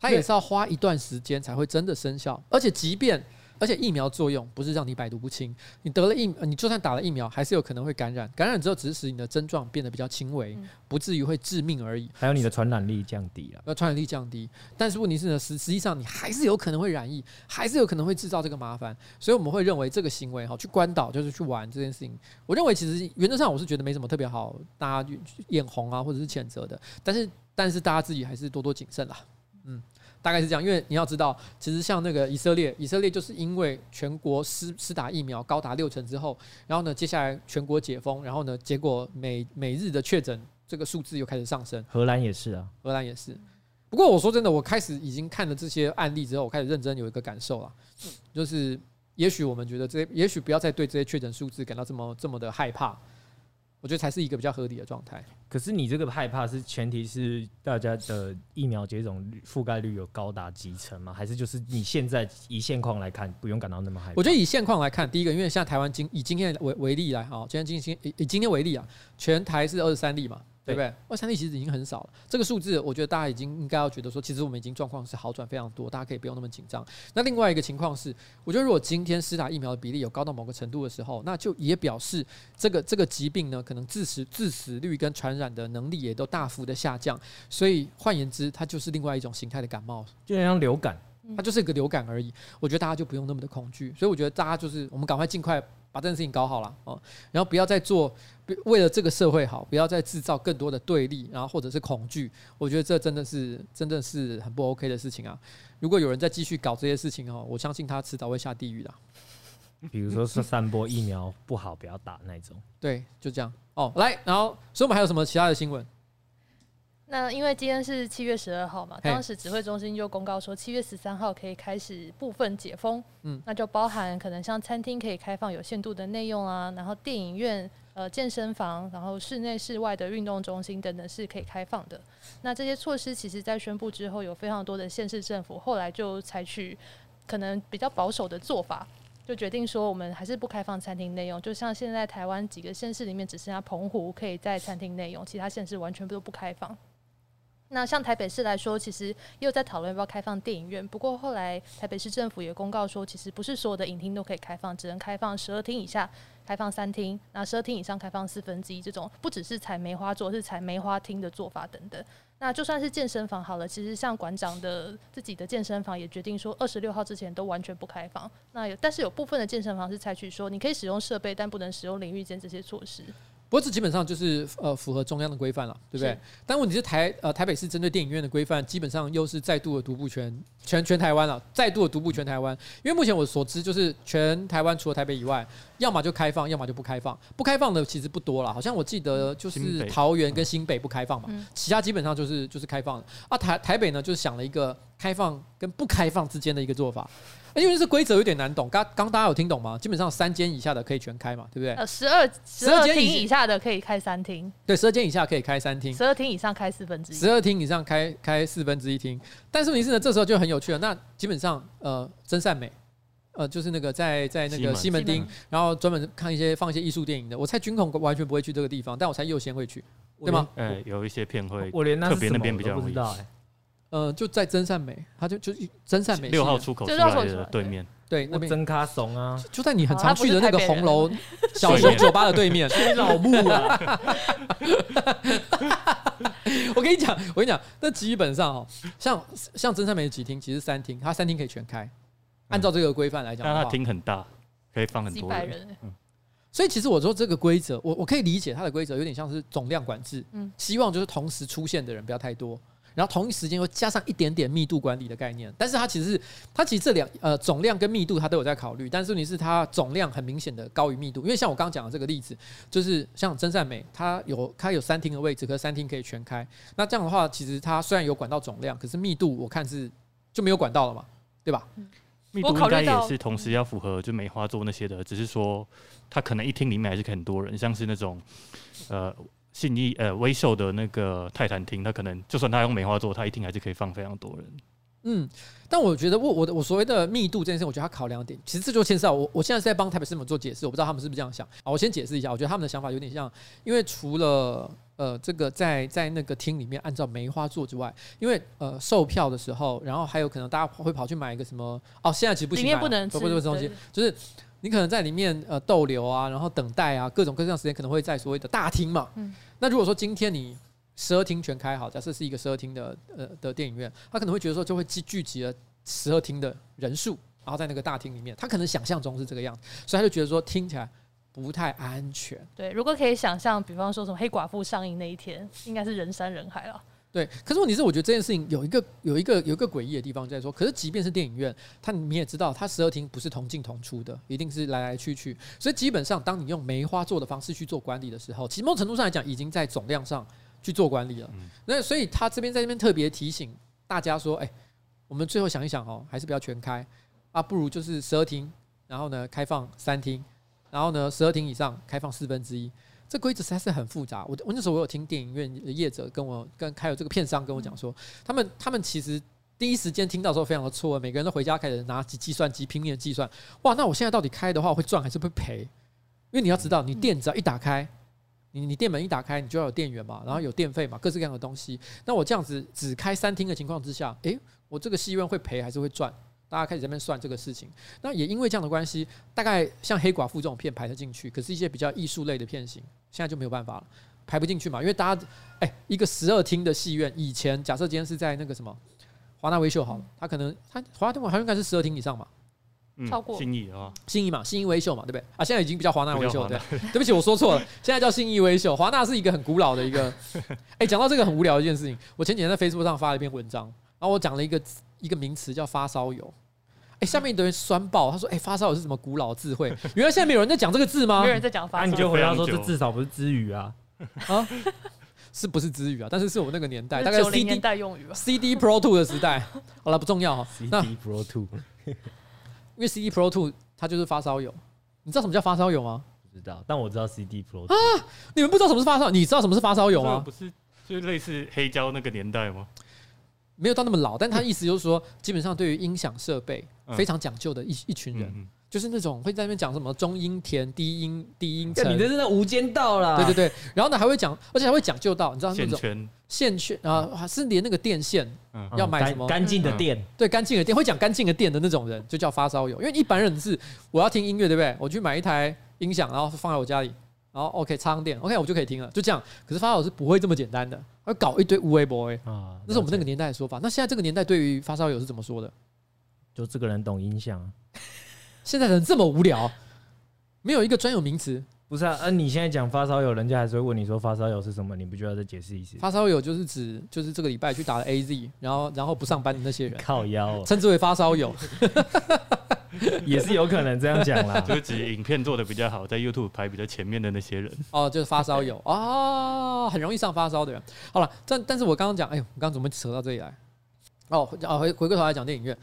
A: 它也是要花一段时间才会真的生效，而且即便而且疫苗作用不是让你百毒不侵，你得了疫，呃你就算打了疫苗，还是有可能会感染。感染之后只是使你的症状变得比较轻微
C: 嗯，
A: 不至于会致命而已。
B: 还有你的传染力降低了。
A: 呃，传染力降低，但是问题是呢，实实际上你还是有可能会染疫，还是有可能会制造这个麻烦，所以我们会认为这个行为哈，去关岛就是去玩这件事情，我认为其实原则上我是觉得没什么特别好，大家去去眼红啊或者是谴责的，但是但是大家自己还是多多谨慎啦，嗯，大概是这样，因为你要知道，其实像那个以色列，以色列就是因为全国施施打疫苗高达六成之后，然后呢，接下来全国解封，然后呢，结果每每日的确诊这个数字又开始上升。
B: 荷兰也是啊，
A: 荷兰也是。不过我说真的，我开始已经看了这些案例之后，我开始认真有一个感受了，就是也许我们觉得这些，也许不要再对这些确诊数字感到这么这么的害怕，我觉得才是一个比较合理的状态。
B: 可是你这个害怕是前提是大家的疫苗接种率覆盖率有高达几成吗？还是就是你现在以现况来看，不用感到那么害怕？
A: 我觉得以现况来看，第一个，因为像台湾今以今天为为例来哈，今天今天以以今天为例啊，全台是二十三例嘛，对不对？二十三例其实已经很少了，这个数字我觉得大家已经应该要觉得说，其实我们已经状况是好转非常多，大家可以不用那么紧张。那另外一个情况是，我觉得如果今天施打疫苗的比例有高到某个程度的时候，那就也表示这个这个疾病呢，可能致死致死率跟传染的能力也都大幅的下降。所以换言之，它就是另外一种形态的感冒。
B: 就像流感，
A: 它就是一个流感而已。我觉得大家就不用那么的恐惧，所以我觉得大家就是我们赶快尽快把这件事情搞好了哦，然后不要再做不为了这个社会好，不要再制造更多的对立，然后或者是恐惧。我觉得这真的是真的是很不 OK 的事情啊！如果有人再继续搞这些事情哦，我相信他迟早会下地狱的。啊
B: 比如说是散播疫苗不好，不要打那种。
A: 对，就这样哦。来，然后所以我们还有什么其他的新闻？
C: 那因为今天是七月十二号嘛，
A: 嘿
C: 当时指挥中心就公告说，七月十三号可以开始部分解封，
A: 嗯
C: 嗯，那就包含可能像餐厅可以开放有限度的内用啊，然后电影院、呃健身房，然后室内室外的运动中心等等是可以开放的。那这些措施其实在宣布之后，有非常多的县市政府后来就采取可能比较保守的做法。就决定说，我们还是不开放餐厅内用。就像现在台湾几个县市里面，只剩下澎湖可以在餐厅内用，其他县市完全都不开放。那像台北市来说，其实也有在讨论要不要开放电影院，不过后来台北市政府也公告说，其实不是所有的影厅都可以开放，只能开放十二厅以下开放三厅，那十二厅以上开放四分之一这种，不只是采梅花座，是采梅花厅的做法等等。那就算是健身房好了，其实像馆长的自己的健身房也决定说，二十六号之前都完全不开放。那有，但是有部分的健身房是采取说，你可以使用设备，但不能使用淋浴间这些措施。
A: 不过这基本上就是呃符合中央的规范了，对不对
C: 是？
A: 但问题是台呃台北市针对电影院的规范，基本上又是再度的独步全全全台湾了，再度的独步全台湾。因为目前我所知就是全台湾除了台北以外，要么就开放，要么就不开放。不开放的其实不多了，好像我记得就
D: 新
A: 是
D: 北
A: 桃园跟新北不开放嘛，
C: 嗯
A: 其他基本上就是就是开放的。啊台台北呢就是想了一个开放跟不开放之间的一个做法。啊因为这规则有点难懂，刚刚大家有听懂吗？基本上三间以下的可以全开嘛，对不对？
C: 呃，十二十
A: 12
C: 二
A: 间
C: 厅
A: 以
C: 以下的可以开三厅，
A: 对，十二间以下可以开三厅，
C: 十二厅以上开四分之一。
A: 十二厅以上开开四分之一厅，但是问题是呢，这时候就很有趣了。那基本上呃，真善美，呃，就是那个在在那个西
D: 西嗯
A: 门
C: 门
A: 町，然后专门看一些放一些艺术电影的。我猜军统完全不会去这个地方，但我猜右先会去。对吗
D: 哎、有一些片会，
B: 我连那
D: 特别那边比较
B: 不
D: 容易
B: 知道哎、
A: 呃，就在真善美，他就就真善美
D: 六号
A: 是
D: 出口出
C: 啊就
D: 来
C: 绕口出
D: 的
C: 来
D: 对面，
A: 对那
B: 我
A: 边。
B: 真咖怂啊，
A: 就在你很
C: 哦
A: 常
C: 他不
A: 去的
C: 是
A: 那个
C: 台北
A: 红
C: 人
A: 楼小熊酒吧的对面，
B: 老木啊，
A: 我跟你讲，我跟你讲，那基本上哦，像像真善美几厅，其实三厅，它三厅可以全开。按照这个规范来讲的
D: 但
A: 话，
D: 它厅很大，可以放很
C: 几
D: 多
C: 百
D: 人。
C: 人，
A: 所以其实我说这个规则，我我可以理解它的规则有点像是总量管制，
C: 嗯
A: 希望就是同时出现的人不要太多，然后同一时间又加上一点点密度管理的概念。但是它其实是它其实这两呃总量跟密度它都有在考虑，但是问题是它总量很明显的高于密度，因为像我刚刚讲的这个例子，就是像真善美，它有它有三厅的位置，可是三厅可以全开。那这样的话，其实它虽然有管到总量，可是密度我看是就没有管到了嘛，对吧？
D: 密
C: 我
D: 度
C: 考
D: 应
C: 虑
D: 该也
C: 到
D: 是同时要符合就梅花座那些的，只是说它可能一厅里面还是很多人，像是那种呃信义呃微秀的那个泰坦厅，它可能就算它用梅花座，它一厅还是可以放非常多人。
A: 嗯，但我觉得我我的我所谓的密度这件事，我觉得它考量点，其实这就牵涉到我我现在是在帮台北市政府做解释，我不知道他们是不是这样想啊。我先解释一下，我觉得他们的想法有点像，因为除了呃这个在在那个厅里面按照梅花座之外，因为呃售票的时候，然后还有可能大家会跑去买一个什么哦，现在其实不行
C: 里
A: 买了，
C: 面不能吃
A: 不不不东西
C: 对，
A: 就是。你可能在里面呃逗留啊，然后等待啊，各种各样的时间可能会在所谓的大厅嘛。
C: 嗯
A: 那如果说今天你十二厅全开好，假设是一个十二厅的呃的电影院，他可能会觉得说就会聚聚集了十二厅的人数，然后在那个大厅里面，他可能想象中是这个样子，所以他就觉得说听起来不太安全。
C: 对，如果可以想象，比方说什么黑寡妇上映那一天，应该是人山人海啊了。
A: 对，可是问题是，我觉得这件事情有一个有一个有一个诡异的地方在说，可是即便是电影院，它你也知道，它十二厅不是同进同出的，一定是来来去去，所以基本上当你用梅花座的方式去做管理的时候，其实某种程度上来讲，已经在总量上去做管理了。那所以他这边在这边特别提醒大家说，哎、我们最后想一想哦，还是不要全开啊，不如就是十二厅，然后呢开放三厅，然后呢十二厅以上开放四分之一。这规则实在是很复杂。我我那时候我有听电影院的业者跟我跟还有这个片商跟我讲说，他们他们其实第一时间听到的时候非常的错愕，每个人都回家开始拿起计算机拼命的计算，哇，那我现在到底开的话会赚还是会赔？因为你要知道，你店只要一打开，你你店门一打开，你就要有店员嘛，然后有电费嘛，各式各样的东西。那我这样子只开三厅的情况之下，诶、我这个戏院会赔还是会赚？大家开始在那边算这个事情，那也因为这样的关系，大概像黑寡妇这种片排得进去，可是一些比较艺术类的片型，现在就没有办法了，排不进去嘛。因为大家，哎、一个十二厅的戏院，以前假设今天是在那个什么华纳威秀
C: 嗯
A: 好了，它可能它华纳天文好像应该是十二厅以上嘛，
D: 嗯
C: 超过
D: 信义的话，
A: 信义嘛，信义威秀嘛，对不对？啊，现在已经不叫华纳威秀，
D: 不
A: 对
D: 叫，
A: 对不起，我说错了，现在叫信义威秀。华纳是一个很古老的一 个，哎、讲到这个很无聊的一件事情，我前几天在 Facebook 上发了一篇文章，然后我讲了一个一个名词叫发烧友。哎、下面的人酸爆，他说：“哎、发烧友是什么古老智慧？原来现在没有人在讲这个字吗
C: 没有？人在讲
B: 那、
C: 发
D: 啊
B: 你
C: 烧，
B: 就回答说
D: 非
B: 这
D: 常久
B: 至少不是之语啊，
A: 是不是之语啊？但是是我那个年代，大概
C: 九零
A: CD
C: 年代用语吧。
A: CD Pro Two 的时代。好了，不重要哈。那
B: CD Pro Two
A: 因为 CD Pro Two 它就是发烧友，你知道什么叫发烧友吗？
B: 不知道，但我知道 CD Pro
A: 啊你们不知道什么是发烧，你知道什么是发烧友
D: 这
A: 吗
D: 个？不是就类似黑胶那个年代吗？
A: 没有到那么老，但他意思就是说，基本上对于音响设备
D: 嗯
A: 非常讲究的一一群人，
D: 嗯，
A: 就是那种会在那边讲什么中音甜、低音、低音
B: 你
A: 沉，
B: 这是啊那无间道啦，
A: 对对对，然后呢还会讲，而且还会讲究到你知道那
D: 嗯线
A: 种
D: 圈，
A: 线圈啊，还是连那个电线
D: 嗯
B: 嗯
A: 要买
B: 干
A: 什么
B: 干净的店，
A: 对干净的电会讲干净的电的那种人，就叫发烧友。因为一般人是我要听音乐，对不对？我去买一台音响，然后放在我家里，然后 OK 插上电，OK 我就可以听了，就这样。可是发烧友是不会这么简单的，会搞一堆无为 boy。
D: 嗯
B: 啊，
A: 哎那是我们那
B: 个
A: 个年代的说法。那现在这个年代对于发烧友是怎么说的？
B: 就这个人懂音响啊，
A: 现在人这么无聊，没有一个专有名词。
B: 不是啊？啊，你现在讲发烧友，人家还是会问你说发烧友是什么，你不就要再解释一次？
A: 发烧友就是指就是这个礼拜去打了 AZ，然后然后不上班的那些人，
B: 靠腰、哦，
A: 称之为发烧友。
B: 也是有可能这样讲啦。
D: 就是指影片做的比较好，在 YouTube 排比较前面的那些人，
A: 哦，就是发烧友哦，很容易上发烧的人。好了，但但是我刚刚讲，哎呦，我刚刚怎么扯到这里来？哦，哦，回回过头来讲电影院，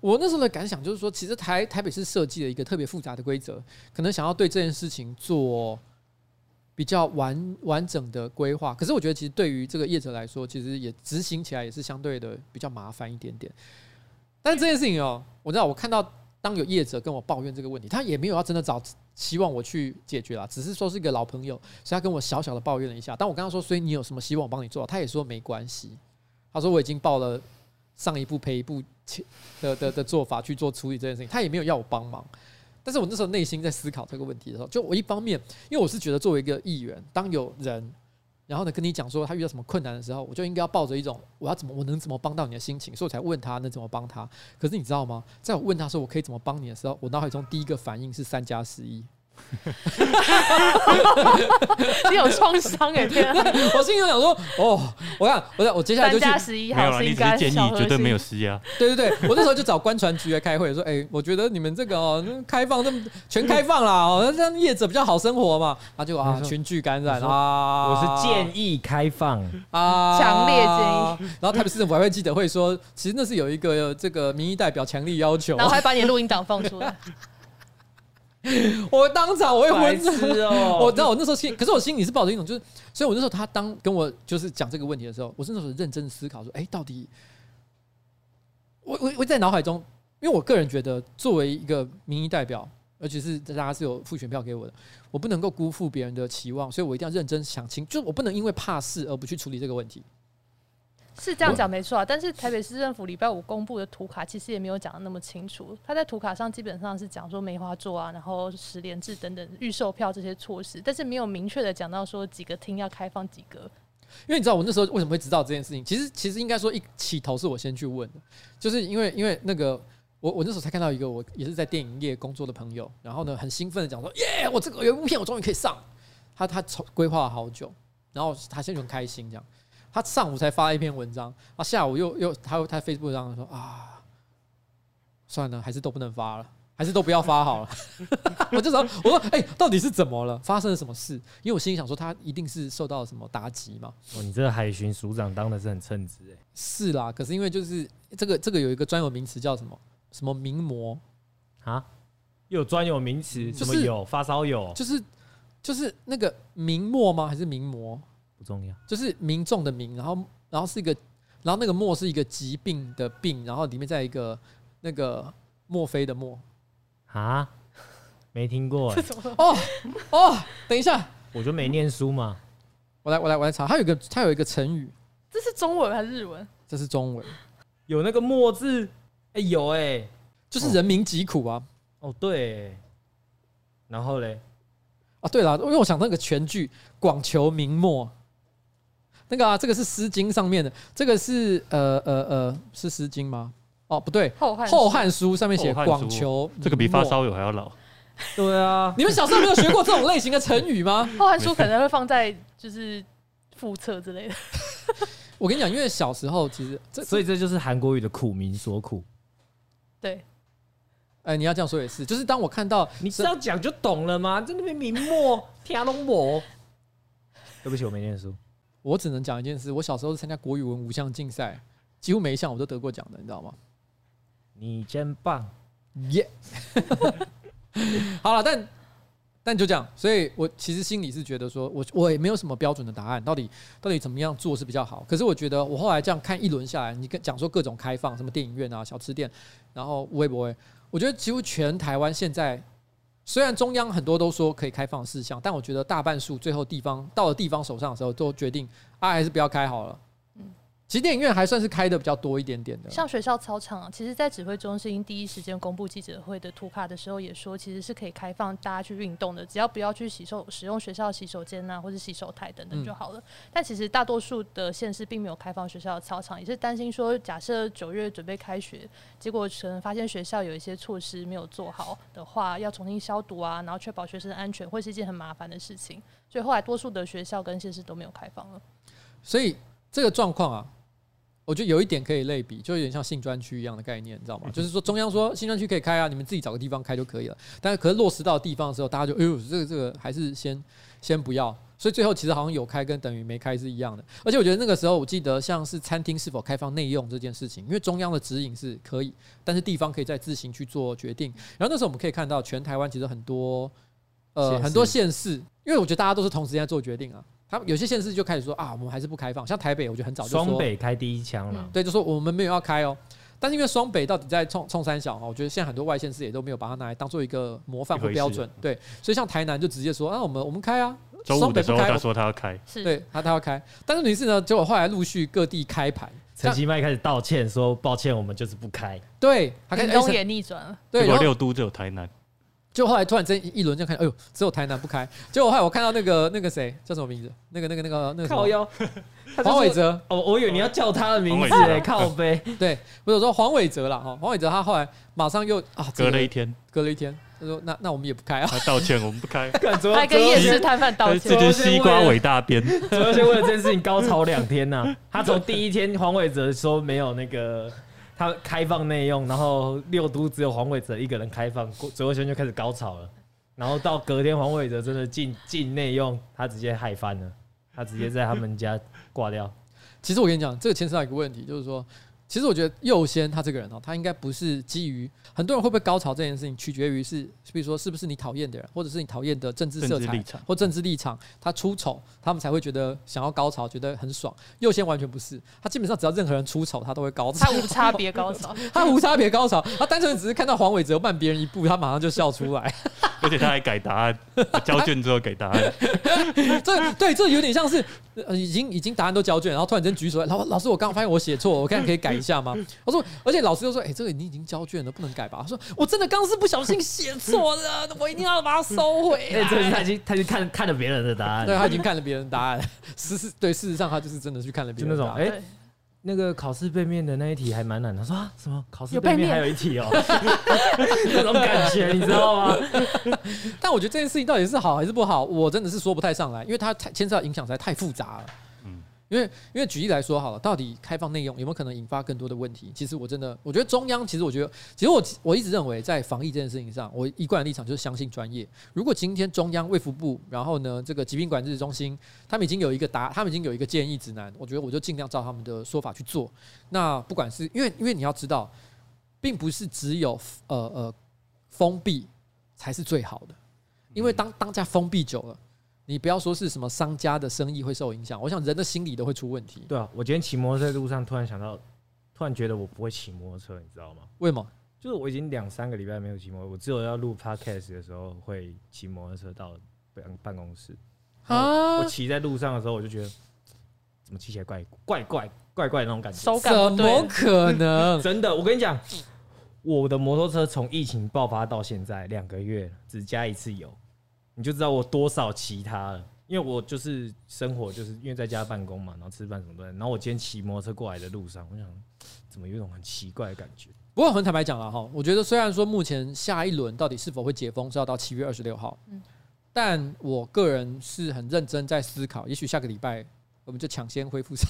A: 我那时候的感想就是说，其实台台北市设计了一个特别复杂的规则，可能想要对这件事情做比较完完整的规划。可是我觉得，其实对于这个业者来说，其实也执行起来也是相对的比较麻烦一点点。但是这件事情哦，我知道，我看到当有业者跟我抱怨这个问题，他也没有要真的找希望我去解决啦，只是说是一个老朋友，所以他跟我小小的抱怨了一下。但我刚刚说，所以你有什么希望我帮你做？他也说没关系，他说我已经报了上一步赔一步切的的的做法去做处理这件事情，他也没有要我帮忙。但是我那时候内心在思考这个问题的时候，就我一方面，因为我是觉得作为一个议员，当有人然后呢跟你讲说他遇到什么困难的时候，我就应该要抱着一种我要怎么我能怎么帮到你的心情，所以我才问他能怎么帮他。可是你知道吗？在我问他说我可以怎么帮你的时候，我脑海中第一个反应是三加十一。
C: 你有创 伤哎，天啊！
A: 我心里想说，哦，我看，我想我接下来就去，
C: 三加十一
D: 没
C: 好
D: 有啦，
C: 是
D: 你
C: 应
D: 只是
C: 该
D: 建
C: 小
D: 议，
C: 核
D: 绝
C: 心
D: 对没有施压。
A: 对对对，我那时候就找官船局来开会，说，哎、我觉得你们这个哦，那开放这么全开放啦，哦，那这样业者比较好生活嘛，啊，结果啊，
B: 没错
A: 群聚感
B: 我
A: 染
B: 说
A: 啊，
B: 我是建议开放，
A: 啊，
C: 强烈建
A: 议。然后台北市政府还会记者会说，其实那是有一个呃这个民意代表强力要求
C: 然，后还把你的录音档放出 来，
A: 我当场哎我会
B: 白
A: 昏
B: 痴哦、
A: 我知道我那时候心，可是我心里是抱着一种就是，所以我那时候他当跟我就是讲这个问题的时候，我是那时候认真思考说，哎、到底我我我在脑海中，因为我个人觉得作为一个民意代表，而且是大家是有付选票给我的，我不能够辜负别人的期望，所以我一定要认真想清，就是我不能因为怕事而不去处理这个问题。
C: 是这样讲没错啊。但是台北市政府礼拜五公布的图卡其实也没有讲的那么清楚，他在图卡上基本上是讲说梅花座啊，然后十连制等等预售票这些措施，但是没有明确的讲到说几个厅要开放几个。
A: 因为你知道我那时候为什么会知道这件事情？其实其实应该说一起头是我先去问的，就是因为因为那个我我那时候才看到一个我也是在电影业工作的朋友，然后呢很兴奋的讲说耶，我这个有一部片我终于可以上，他他筹规划了好久，然后他现在就很开心这样，他上午才发了一篇文章，然后下午又又他又他 Facebook 上说啊，算了，还是都不能发了。还是都不要发好了， 我就想，我说，哎、到底是怎么了？发生了什么事？因为我心里想说，他一定是受到了什么打击嘛。
B: 哦你这个海巡署长当的是很称职哎。
A: 是啦，可是因为就是这个这个有一个专有名词叫什么什么名模，
B: 啊，又有专有名词，
A: 就是
B: 什么有发烧友，
A: 就是就是那个明末吗？还是明模？
B: 不重要。
A: 就是民众的民，然后然后是一个，然后那个末是一个疾病的病，然后里面再一个那个墨菲的墨。
B: 啊， 没听过、
C: 这
B: 欸，
C: 怎么
A: 哦哦，等一下，
B: 我就没念书嘛。
A: 我来我来我来查，它有一个它有一个成语，
C: 这是中文还是日文？
A: 这是中文，
B: 有那个墨字，哎、有哎、
A: 就是人民疾苦啊。
B: 哦对、然后嘞，
A: 啊，对了，因为我想那个全剧广求明末，那个啊，这个是《诗经》上面的，这个是呃呃呃，是《诗经》吗？哦，不对，
C: 后汉
A: 《
C: 史
A: 后汉书》上面写
D: 后汉书
A: 广求
D: 这个比发烧友还要老。
B: 对啊，
A: 你们小时候没有学过这种类型的成语吗？
C: 后汉书可能会放在就是副册之类的。
A: 我跟你讲，因为小时候其实这，
B: 所以这就是韩国语的苦民所苦。
C: 对，
A: 哎、你要这样说也是，就是当我看到
B: 你
A: 是
B: 这样讲就懂了吗？在那边明末天龙我。对不起，我没念书。
A: 我只能讲一件事，我小时候是参加国语文五项竞赛，几乎每一项我都得过奖的，你知道吗？
B: 你真棒，
A: 耶、 好了，但但就这样，所以我其实心里是觉得说，我我也没有什么标准的答案，到底到底怎么样做是比较好。可是我觉得我后来这样看一轮下来，你跟讲说各种开放，什么电影院啊、小吃店，然后微博，我觉得几乎全台湾现在。虽然中央很多都说可以开放事项，但我觉得大半数最后地方到了地方手上的时候，都决定啊还是不要开好了。其实电影院还算是开的比较多一点点的，
C: 像学校操场啊，其实，在指挥中心第一时间公布记者会的图卡的时候，也说其实是可以开放大家去运动的，只要不要去洗手使用学校洗手间啊，或者洗手台等
A: 嗯
C: 等就好了。但其实大多数的县市并没有开放学校的操场，也是担心说，假设九月准备开学，结果可能发现学校有一些措施没有做好的话，要重新消毒啊，然后确保学生的安全，会是一件很麻烦的事情。所以后来多数的学校跟县市都没有开放了。
A: 所以这个状况啊，我觉得有一点可以类比，就有点像性专区一样的概念，你知道
B: 嗯
A: 吗？就是说中央说性专区可以开啊，你们自己找个地方开就可以了。但是可是落实到地方的时候，大家就哎呦，这个这个还是先先不要。所以最后其实好像有开跟等于没开是一样的。而且我觉得那个时候，我记得像是餐厅是否开放内用这件事情，因为中央的指引是可以，但是地方可以再自行去做决定。然后那时候我们可以看到，全台湾其实很多呃
B: 县市
A: 很多县市，因为我觉得大家都是同时间在做决定啊。他们有些县市就开始说啊，我们还是不开放。像台北，我觉得很早就说
B: 双北开第一枪了
C: 嗯。
A: 对，就说我们没有要开哦。但是因为双北到底在冲冲三小哈，我觉得现在很多外县市也都没有把它拿来当做一个模范
D: 一
A: 或
D: 回事
A: 标准，对，所以像台南就直接说啊，我们我们开啊，
D: 周
A: 双
D: 五
A: 北
D: 的
A: 不
D: 时候
A: 开
D: 他，说他要开，
C: 是
A: 对他他要开，但是女士呢，结果后来陆续各地开盘，
B: 陈其迈开始道歉，说抱歉，我们就是不开。
A: 对，他哎开
C: 屏
A: 始
C: 东也逆转了。
A: 对，
D: 结
A: 然
D: 果
A: 后
D: 六都只有台南，
A: 就后来突然间一轮就看，哎呦，只有台南不开，结果后来我看到那个那个谁叫什么名字，那个那个那个那个什么
B: 腰，他就
A: 黄伟
B: 说，
A: 哲，
B: 哦，我以为你要叫他的名字
D: 黄伟哲
B: 欸，靠 背。
A: 对，不是我说黄伟哲了哈，黄伟哲他后来马上又啊这
D: 隔
A: 个
D: 了一天，
A: 隔了一天，他说那那我们也不开啊，
D: 他道歉，我们不开，
B: 他
C: 还跟夜市摊贩道
D: 但是
C: 歉
D: 这。就是西瓜伟大边，
B: 主要先为了这件事情高潮两天呐、他从第一天黄伟哲说没有那个他开放内用，然后六都只有黄伟哲一个人开放，郭左右轩就开始高潮了。然后到隔天黄伟哲真的进进内用，他直接嗨翻了，他直接在他们家挂 掉。
A: 其实我跟你讲，这个牵涉到一个问题，就是说，其实我觉得佑先他这个人哦，他应该不是基于很多人会不会高潮这件事情，取决于是，比如说是不是你讨厌的人，或者是你讨厌的政治色
D: 政治
A: 彩
D: 立场
A: 或政治立场，他出丑，他们才会觉得想要高潮，觉得很爽。佑先完全不是，他基本上只要任何人出丑，他都会高潮
C: 他，无差别高潮，
A: 他无差别高潮，他单纯只是看到黄伟哲慢别人一步，他马上就笑出来。
D: 而且他还改 答案，我交卷之后给答案，
A: 这对这有点像是、呃、已经已经答案都交卷，然后突然间举手来，老老师，我刚刚发现我写错，我看可以改一下吗？我说，而且老师又说，哎、这个你已经交卷了，不能改吧？他说，我真的刚刚是不小心写错了，我一定要把它收回
B: 哎、这是他
A: 来。
B: 已经他去看看了别人的答案，
A: 对他已啊经看了别人答案，事实对，事实上他就是真的去看了别
B: 就
A: 人
B: 那
A: 答
B: 种
A: 案。
B: 哎、
C: 对
B: 那个考试背面的那一题还蛮难的，他说啊什么考试
C: 有
B: 背
C: 背
B: 面
C: 面
B: 还有一题哦， 那种感觉你知道吗？
A: 但我觉得这件事情到底是好还是不好，我真的是说不太上来，因为它太牵涉到影响实在太复杂了。
D: 嗯
A: 因为因为举例来说好了，到底开放内容有没有可能引发更多的问题？其实我真的，我觉得中央，其实我觉得，其实我我一直认为，在防疫这件事情上，我一贯的立场就是相信专业。如果今天中央卫福部，然后呢这个疾病管制中心，他们已经有一个答，他们已经有一个建议指南，我觉得我就尽量照他们的说法去做。那不管是因为因为你要知道，并不是只有呃呃封闭才是最好的。因为当当家封闭久了，你不要说是什么商家的生意会受影响，我想人的心理都会出问题。
B: 对啊，我今天骑摩托车在路上，突然想到，突然觉得我不会骑摩托车，你知道吗？
A: 为什么？
B: 就是我已经两三个礼拜没有骑摩托，我只有要录 podcast 的时候会骑摩托车到办办公室。
A: 啊
B: 我骑在路上的时候，我就觉得怎么骑起来怪怪怪怪怪的那种感觉。
C: 手感
A: 怎
C: 不对
A: 么，可能？
B: 真的，我跟你讲，我的摩托车从疫情爆发到现在两个月了，只加一次油，你就知道我多少骑它了。因因为我就是生活就是因为在家办公嘛，然后吃饭什么的，然后我今天骑摩托车过来的路上，我想怎么有一种很奇怪的感觉。
A: 不过很坦白讲了哈，我觉得虽然说目前下一轮到底是否会解封是要到七月二十六号，
C: 嗯
A: 但我个人是很认真在思考，也许下个礼拜我们就抢先恢复上。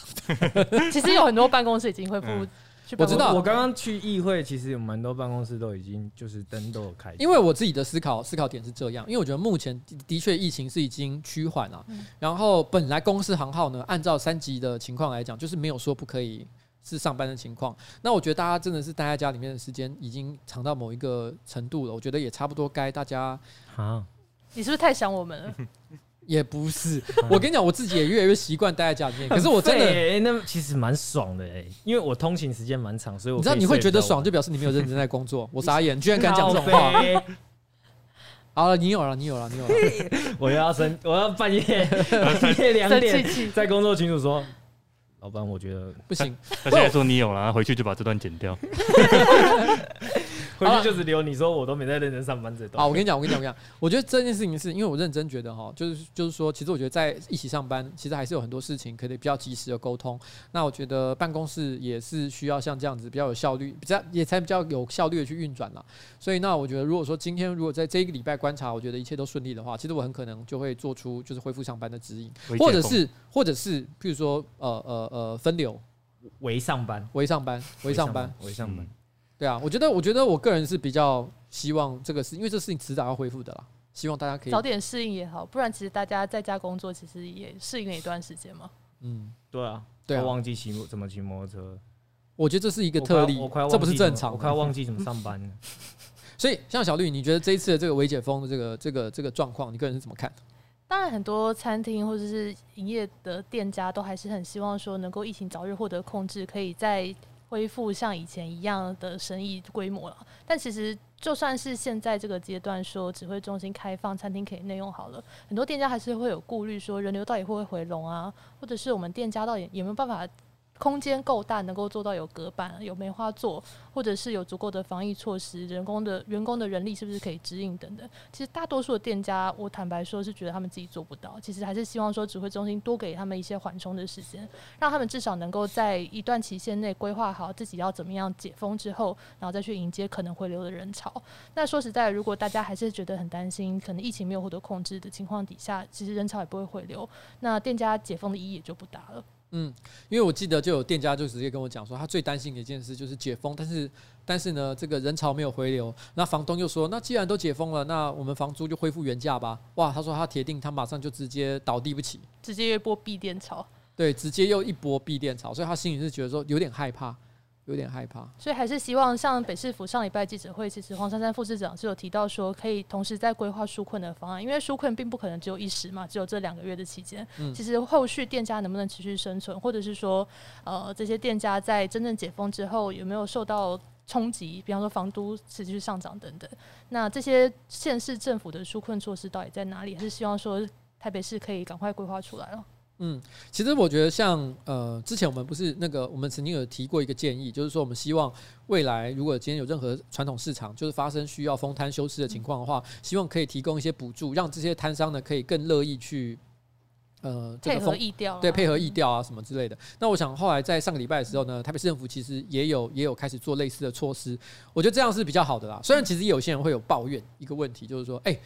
C: 其实有很多办公室已经恢复
D: 嗯
C: 去
A: 我
C: 办公室，
A: 知道
B: 我刚刚去议会，其实有蛮多办公室都已经就是灯都有开，
A: 因为我自己的思考思考点是这样，因为我觉得目前的的确疫情是已经趋缓了，
C: 嗯
A: 然后本来公司行号呢，按照三级的情况来讲，就是没有说不可以是上班的情况。那我觉得大家真的是待在家里面的时间已经长到某一个程度了，我觉得也差不多该大家
B: 啊，
C: 你是不是太想我 们了？
A: 也不是，我跟你讲，我自己也越来越习惯待在家里面，可是我真
B: 嗯很
A: 的。
B: 废欸那其实蛮爽的哎、因为我通勤时间蛮长，所以我
A: 你知道你会觉得爽，
B: 就
A: 就表示你没有认真在工作。我傻 眼，你居然敢讲这种话！
B: 话。
A: 好了，你有了，你有了，你有了。
B: 我又 要生，我要半夜半夜两
C: 生
B: 点
C: 气气，
B: 在工作群组说，老板，我觉得
A: 不行，
D: 他现在说你有了，回去就把这段剪掉。
B: 回
A: 好了
B: 去就只留你说我都没在认真上班这
A: 啊，我
B: 段。
A: 跟你讲，我跟你讲，我跟你讲，我觉得这件事情是因为我认真觉得哈，就是就是说，其实我觉得在一起上班，其实还是有很多事情可以比较及时的沟通。那我觉得办公室也是需要像这样子比较有效率，比较也才比较有效率的去运转啦。所以那我觉得，如果说今天如果在这一个礼拜观察，我觉得一切都顺利的话，其实我很可能就会做出就是恢复上班的指引，或者是或者是譬如说呃呃呃分流。
B: 为上班，
A: 微上班，微上班，，
B: 为上班
D: 嗯。
A: 对啊，我觉得，我觉得我个人是比较希望这个事，因为这事情迟早要恢复的啦，希望大家可以
C: 早点适应也好，不然其实大家在家工作其实也适应了一段时间嘛。
A: 嗯，
B: 对啊，
A: 对啊
B: 我，忘记骑摩怎么骑摩托车，
A: 我觉得这是一个
B: 我
A: 特
B: 快
A: 例
B: 我快，忘
A: 这不是
B: 记怎么
A: 正常
B: 我快
A: 的。
B: 忘记怎么上班了。
A: 所以，像小绿，你觉得这一次的这个微解封的这个这个这个状况，你个人是怎么看？
C: 当然，很多餐厅或者是营业的店家都还是很希望说能够疫情早日获得控制，可以再恢复像以前一样的生意规模了。但其实就算是现在这个阶段说指挥中心开放，餐厅可以内用好了，很多店家还是会有顾虑，说人流到底会不会回笼啊，或者是我们店家到底有没有办法。空间够大，能够做到有隔板、有梅花座，或者是有足够的防疫措施，人工的员工的人力是不是可以指引等等。其实大多数的店家，我坦白说是觉得他们自己做不到，其实还是希望说指挥中心多给他们一些缓冲的时间，让他们至少能够在一段期限内规划好自己要怎么样解封之后，然后再去迎接可能回流的人潮。那说实在，如果大家还是觉得很担心，可能疫情没有获得控制的情况底下，其实人潮也不会回流，那店家解封的意义也就不大了。
A: 嗯，因为我记得就有店家就直接跟我讲说，他最担心的一件事就是解封，但是但是呢，这个人潮没有回流，那房东又说，那既然都解封了，那我们房租就恢复原价吧。哇，他说他铁定他马上就直接倒地不起，
C: 直接一波闭店潮，
A: 对，直接又一波闭店潮，所以他心里是觉得说有点害怕，有点害怕。
C: 所以还是希望像北市府上礼拜记者会，其实黄珊珊副市长是有提到说，可以同时在规划纾困的方案，因为纾困并不可能只有一时嘛，只有这两个月的期间。
A: 嗯
C: 其实后续店家能不能持续生存，或者是说，呃，这些店家在真正解封之后有没有受到冲击，比方说房租持续上涨等等，那这些县市政府的纾困措施到底在哪里？还是希望说台北市可以赶快规划出来了。
A: 嗯，其实我觉得像呃，之前我们不是那个，我们曾经有提过一个建议，就是说我们希望未来如果今天有任何传统市场就是发生需要封摊休市的情况的
C: 嗯
A: 话，希望可以提供一些补助，让这些摊商呢可以更乐意去呃这
C: 配
A: 个
C: 合
A: 封
C: 意调啊、
A: 对，配合意调啊什么之类的。那我想后来在上个礼拜的时候呢，台北市政府其实也有也有开始做类似的措施，我觉得这样是比较好的啦。虽然其实有些人会有抱怨一个问题，就是说，哎、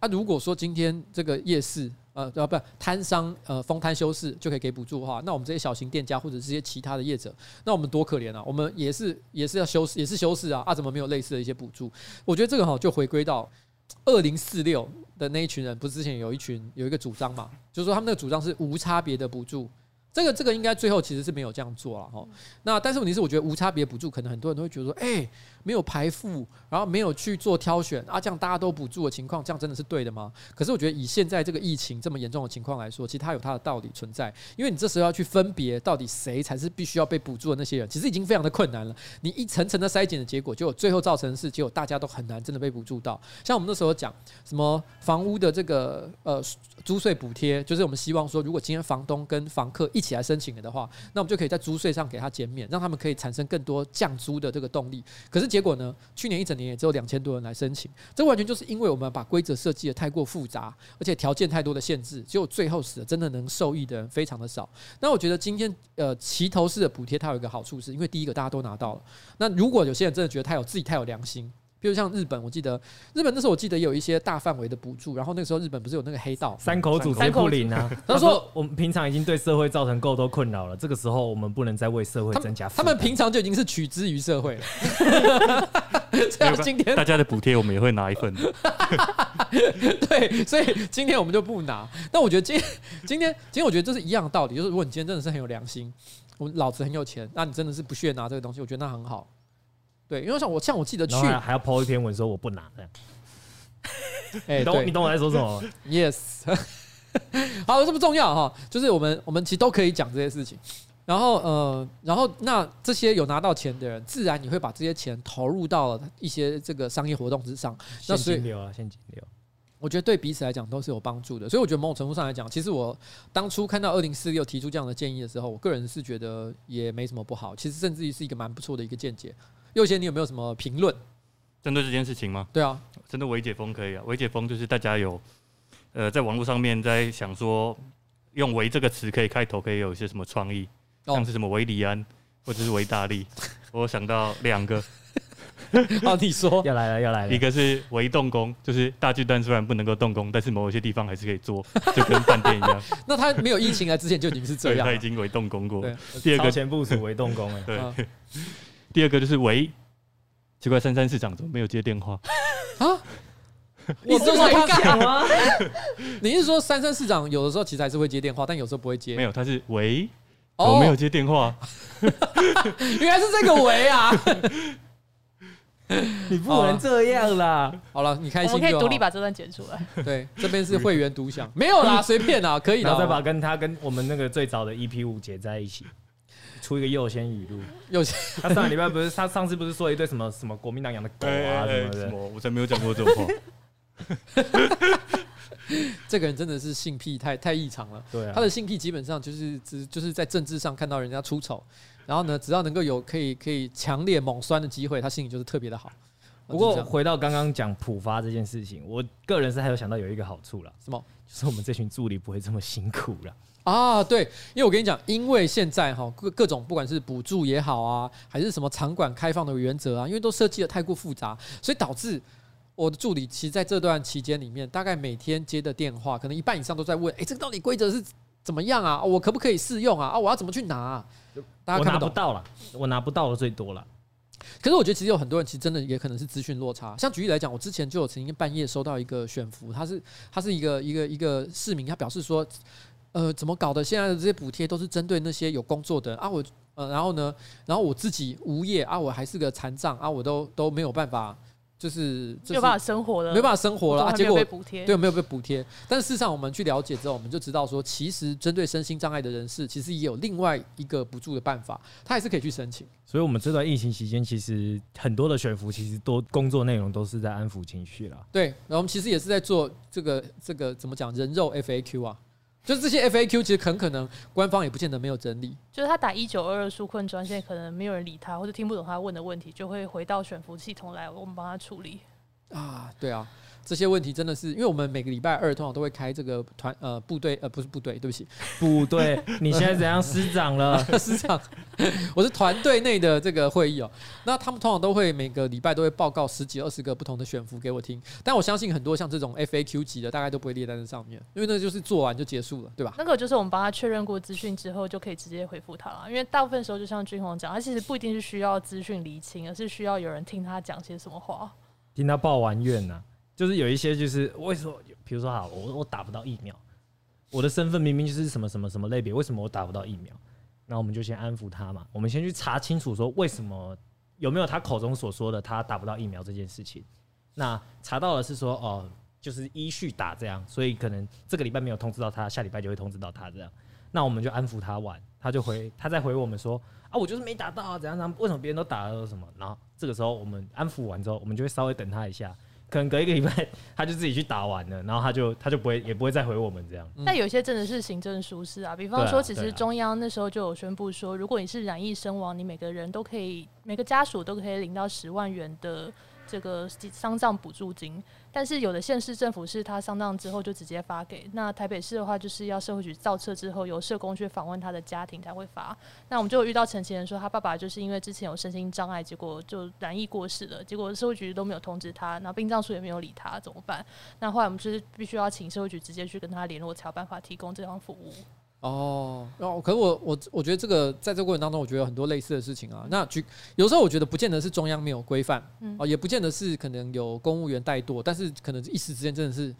A: 啊，如果说今天这个夜市呃啊不摊商呃封摊休市就可以给补助的话，那我们这些小型店家或者这些其他的业者，那我们多可怜啊！我们也是也是要休市，也是休市啊啊，怎么没有类似的一些补助？我觉得这个哈就回归到二零四六的那一群人，不是之前有一群有一个主张嘛，就是说他们那个主张是无差别的补助。这个这个应该最后其实是没有这样做了哈。那但是问题是，我觉得无差别补助，可能很多人都会觉得说，哎、没有排付，然后没有去做挑选啊，这样大家都补助的情况，这样真的是对的吗？可是我觉得以现在这个疫情这么严重的情况来说，其实它有它的道理存在，因为你这时候要去分别到底谁才是必须要被补助的那些人，其实已经非常的困难了。你一层层的筛检的结果，结果最后造成的是，结果大家都很难真的被补助到。像我们那时候讲什么房屋的这个呃租税补贴，就是我们希望说，如果今天房东跟房客一起来申请了的话，那我们就可以在租税上给他减免，让他们可以产生更多降租的这个动力。可是结果呢，去年一整年也只有两千多人来申请，这完全就是因为我们把规则设计的太过复杂，而且条件太多的限制，结果最后使得真的能受益的人非常的少。那我觉得今天呃齐头式的补贴它有一个好处是，因为第一个大家都拿到了，那如果有些人真的觉得他有自己太有良心。比如像日本，我记得日本那时候我记得有一些大范围的补助，然后那个时候日本不是有那个黑道，
B: 三口组直接不领啊！
A: 他说
B: 我们平常已经对社会造成够多困扰了，这个时候我们不能再为社会
A: 他
B: 增
A: 们
B: 加负
A: 他
B: 担
A: 们平常就已经是取之于社 会了，所以今天
D: 大家的补贴我们也会拿一份的，
A: 对，所以今天我们就不拿。那我觉得今今天今天我觉得这是一样的道理，就是如果你今天真的是很有良心，我老子很有钱，那你真的是不屑拿这个东西，我觉得那很好。对，因为像我像我记得去
B: 然后，还还要抛一篇文说我不拿这样。
A: 哎
B: 你懂你懂我在说什么吗？
A: Yes，好，这不重要哈，就是我们我们其实都可以讲这些事情。然后呃，然后那这些有拿到钱的人，自然你会把这些钱投入到了一些这个商业活动之上。 那
B: 现
A: 所以
B: 金流啊，现金流。
A: 我觉得对彼此来讲都是有帮助的，所以我觉得某种程度上来讲，其实我当初看到二零四六提出这样的建议的时候，我个人是觉得也没什么不好，其实甚至于是一个蛮不错的一个见解。右贤，你有没有什么评论？
D: 针对这件事情吗？
A: 对啊，
D: 真的微解封可以啊，微解封就是大家有呃在网络上面在想说用“微”这个词可以开头，可以有一些什么创意，
A: 哦
D: 像是什么维里安或者是维大利，我想到两个，
A: 啊，你说，
B: 要来了，要来
D: 一
B: 了！
D: 个是微动工，就是大巨蛋虽然不能够动工，但是某一些地方还是可以做，就跟饭店一样，
A: 那他没有疫情来之前就已经是这
D: 对，
A: 样
D: 他
A: 了
D: 已，经微动工过
A: 对。
D: 第二
B: 超
D: 个
B: 前部署为动工哎，
D: 对
A: 啊，
D: 第二个就是喂，奇怪，三三市长怎么没有接电话？
A: 你是说
B: 我不
A: 他？
B: 吗？
A: 你是说三三市长有的时候其实还是会接电话，但有时候不会接？
D: 没有，他是喂，我、
A: 哦，
D: 没有接电话，
A: 原来是这个围 啊！
B: 你不能这样啦！
A: 好了，你开
C: 我
A: 心
C: 们
A: 就
C: 可以
A: 好
C: 独立把这段剪出来。
A: 对，这边是会员独享，没有啦，随便啦，可以
B: 然
A: 啦。
B: 后再把跟他跟我们那个最早的 EP 五结在一起，出一个右先语录。
A: 有些
B: 他上个礼拜不是他上次不是说一堆什么什么国民党养的狗啊什么
D: 哎什
B: 的，
D: 么？我才没有讲过这种话。
A: 这个人真的是性癖太太异常了。
B: 对啊
A: 他，的性癖基本上就是只就是在政治上看到人家出丑，然
B: 嗯
A: 后呢，只要能够有可以可以强烈猛酸的机会，他心里就是特别的好。
B: 不过
A: 啊就这样
B: 回到刚刚讲普发这件事情，我个人是还有想到有一个好处啦，
A: 什么
B: 就是我们这群助理不会这么辛苦啦。
A: 啊？对，因为我跟你讲，因为现在哈各各种不管是补助也好啊，还是什么场馆开放的原则啊，因为都设计的太过复杂，所以导致。我的助理其实在这段期间里面，大概每天接的电话，可能一半以上都在问：“诶，哎这个到底规则是怎么样啊？哦我可不可以试用啊？啊，我要怎么去拿、啊？”大家
B: 我
A: 看
B: 拿
A: 不
B: 不
A: 懂。
B: 到啦，我拿不到的最多啦。
A: 可是我觉得其实有很多人其实真的也可能是资讯落差。像举例来讲，我之前就有曾经半夜收到一个选服，他是他是一个一个一个市民，他表示说，呃，怎么搞的？现在的这些补贴都是针对那些有工作的人啊，我呃，然后呢，然后我自己无业啊，我还是个残障啊，我都都没有办法，就是就是
C: 没有办法生活了，
A: 没有办法生活了
C: 我
A: 啊，
C: 还
A: 结
C: 没有
A: 果
C: 被补贴，
A: 对，没有被补贴。但是事实上，我们去了解之后，我们就知道说，其实针对身心障碍的人士，其实也有另外一个补助的办法，他还是可以去申请。
B: 所以，我们这段疫情期间，其实很多的选服，其实多工作内容都是在安抚情绪 啦。
A: 对，然后我们其实也是在做这个这个怎么讲人肉 FAQ 啊，就是这些 FAQ 其实很可能官方也不见得没有整理。
C: 就是他打一九二二纾困专线，可能没有人理他，或者听不懂他问的问题，就会回到选服系统来，我们帮他处理。
A: 啊，对啊，这些问题真的是，因为我们每个礼拜二通常都会开这个团呃部队呃不是部队，对不起，
B: 不对，你现在怎样师长了？
A: 是这样， 我是团队内的这个会议哦。那他们通常都会每个礼拜都会报告十几二十个不同的选服给我听，但我相信很多像这种 FAQ 级的大概都不会列在那上面，因为那就是做完就结束了，对吧？
C: 那个就是我们帮他确认过资讯之后，就可以直接回复他了。因为大部分时候，就像君宏讲，他其实不一定是需要资讯厘清，而是需要有人听他讲些什么话。
B: 听他抱完怨呐、就是有一些就是为什么，比如说哈，我我打不到疫苗，我的身份明明就是什么什么什么类别，为什么我打不到疫苗？那我们就先安抚他嘛，我们先去查清楚说为什么有没有他口中所说的他打不到疫苗这件事情。那查到了是说哦，就是依序打这样，所以可能这个礼拜没有通知到他，下礼拜就会通知到他这样。那我们就安抚他完，他就回他再回我们说啊，我就是没打到啊，怎样怎样，为什么别人都打了什么？然后这个时候我们安抚完之后，我们就会稍微等他一下，可能隔一个礼拜他就自己去打完了，然后他就他就不会也不会再回我们这样。
C: 但有些真的是行政疏失啊，比方
B: 嗯对啊
C: 说，其
B: 对
C: 实
B: 啊
C: 中央那时候就有宣布说，如果你是染疫身亡，你每个人都可以，每个家属都可以领到十万元的这个丧葬补助金。但是有的县市政府是他丧葬之后就直接发给，那台北市的话就是要社会局造册之后，由社工去访问他的家庭才会发。那我们就有遇到陈其仁说，他爸爸就是因为之前有身心障碍，结果就染疫过世了，结果社会局都没有通知他，然后殡葬处也没有理他，怎么办？那后来我们就是必须要请社会局直接去跟他联络，才有办法提供这项服务。
A: 哦，然后可我我我觉得这个在这个过程当中，我觉得有很多类似的事情啊。那举有时候我觉得不见得是中央没有规范，
C: 嗯
A: 哦，也不见得是可能有公务员怠惰，但是可能一时之间真的是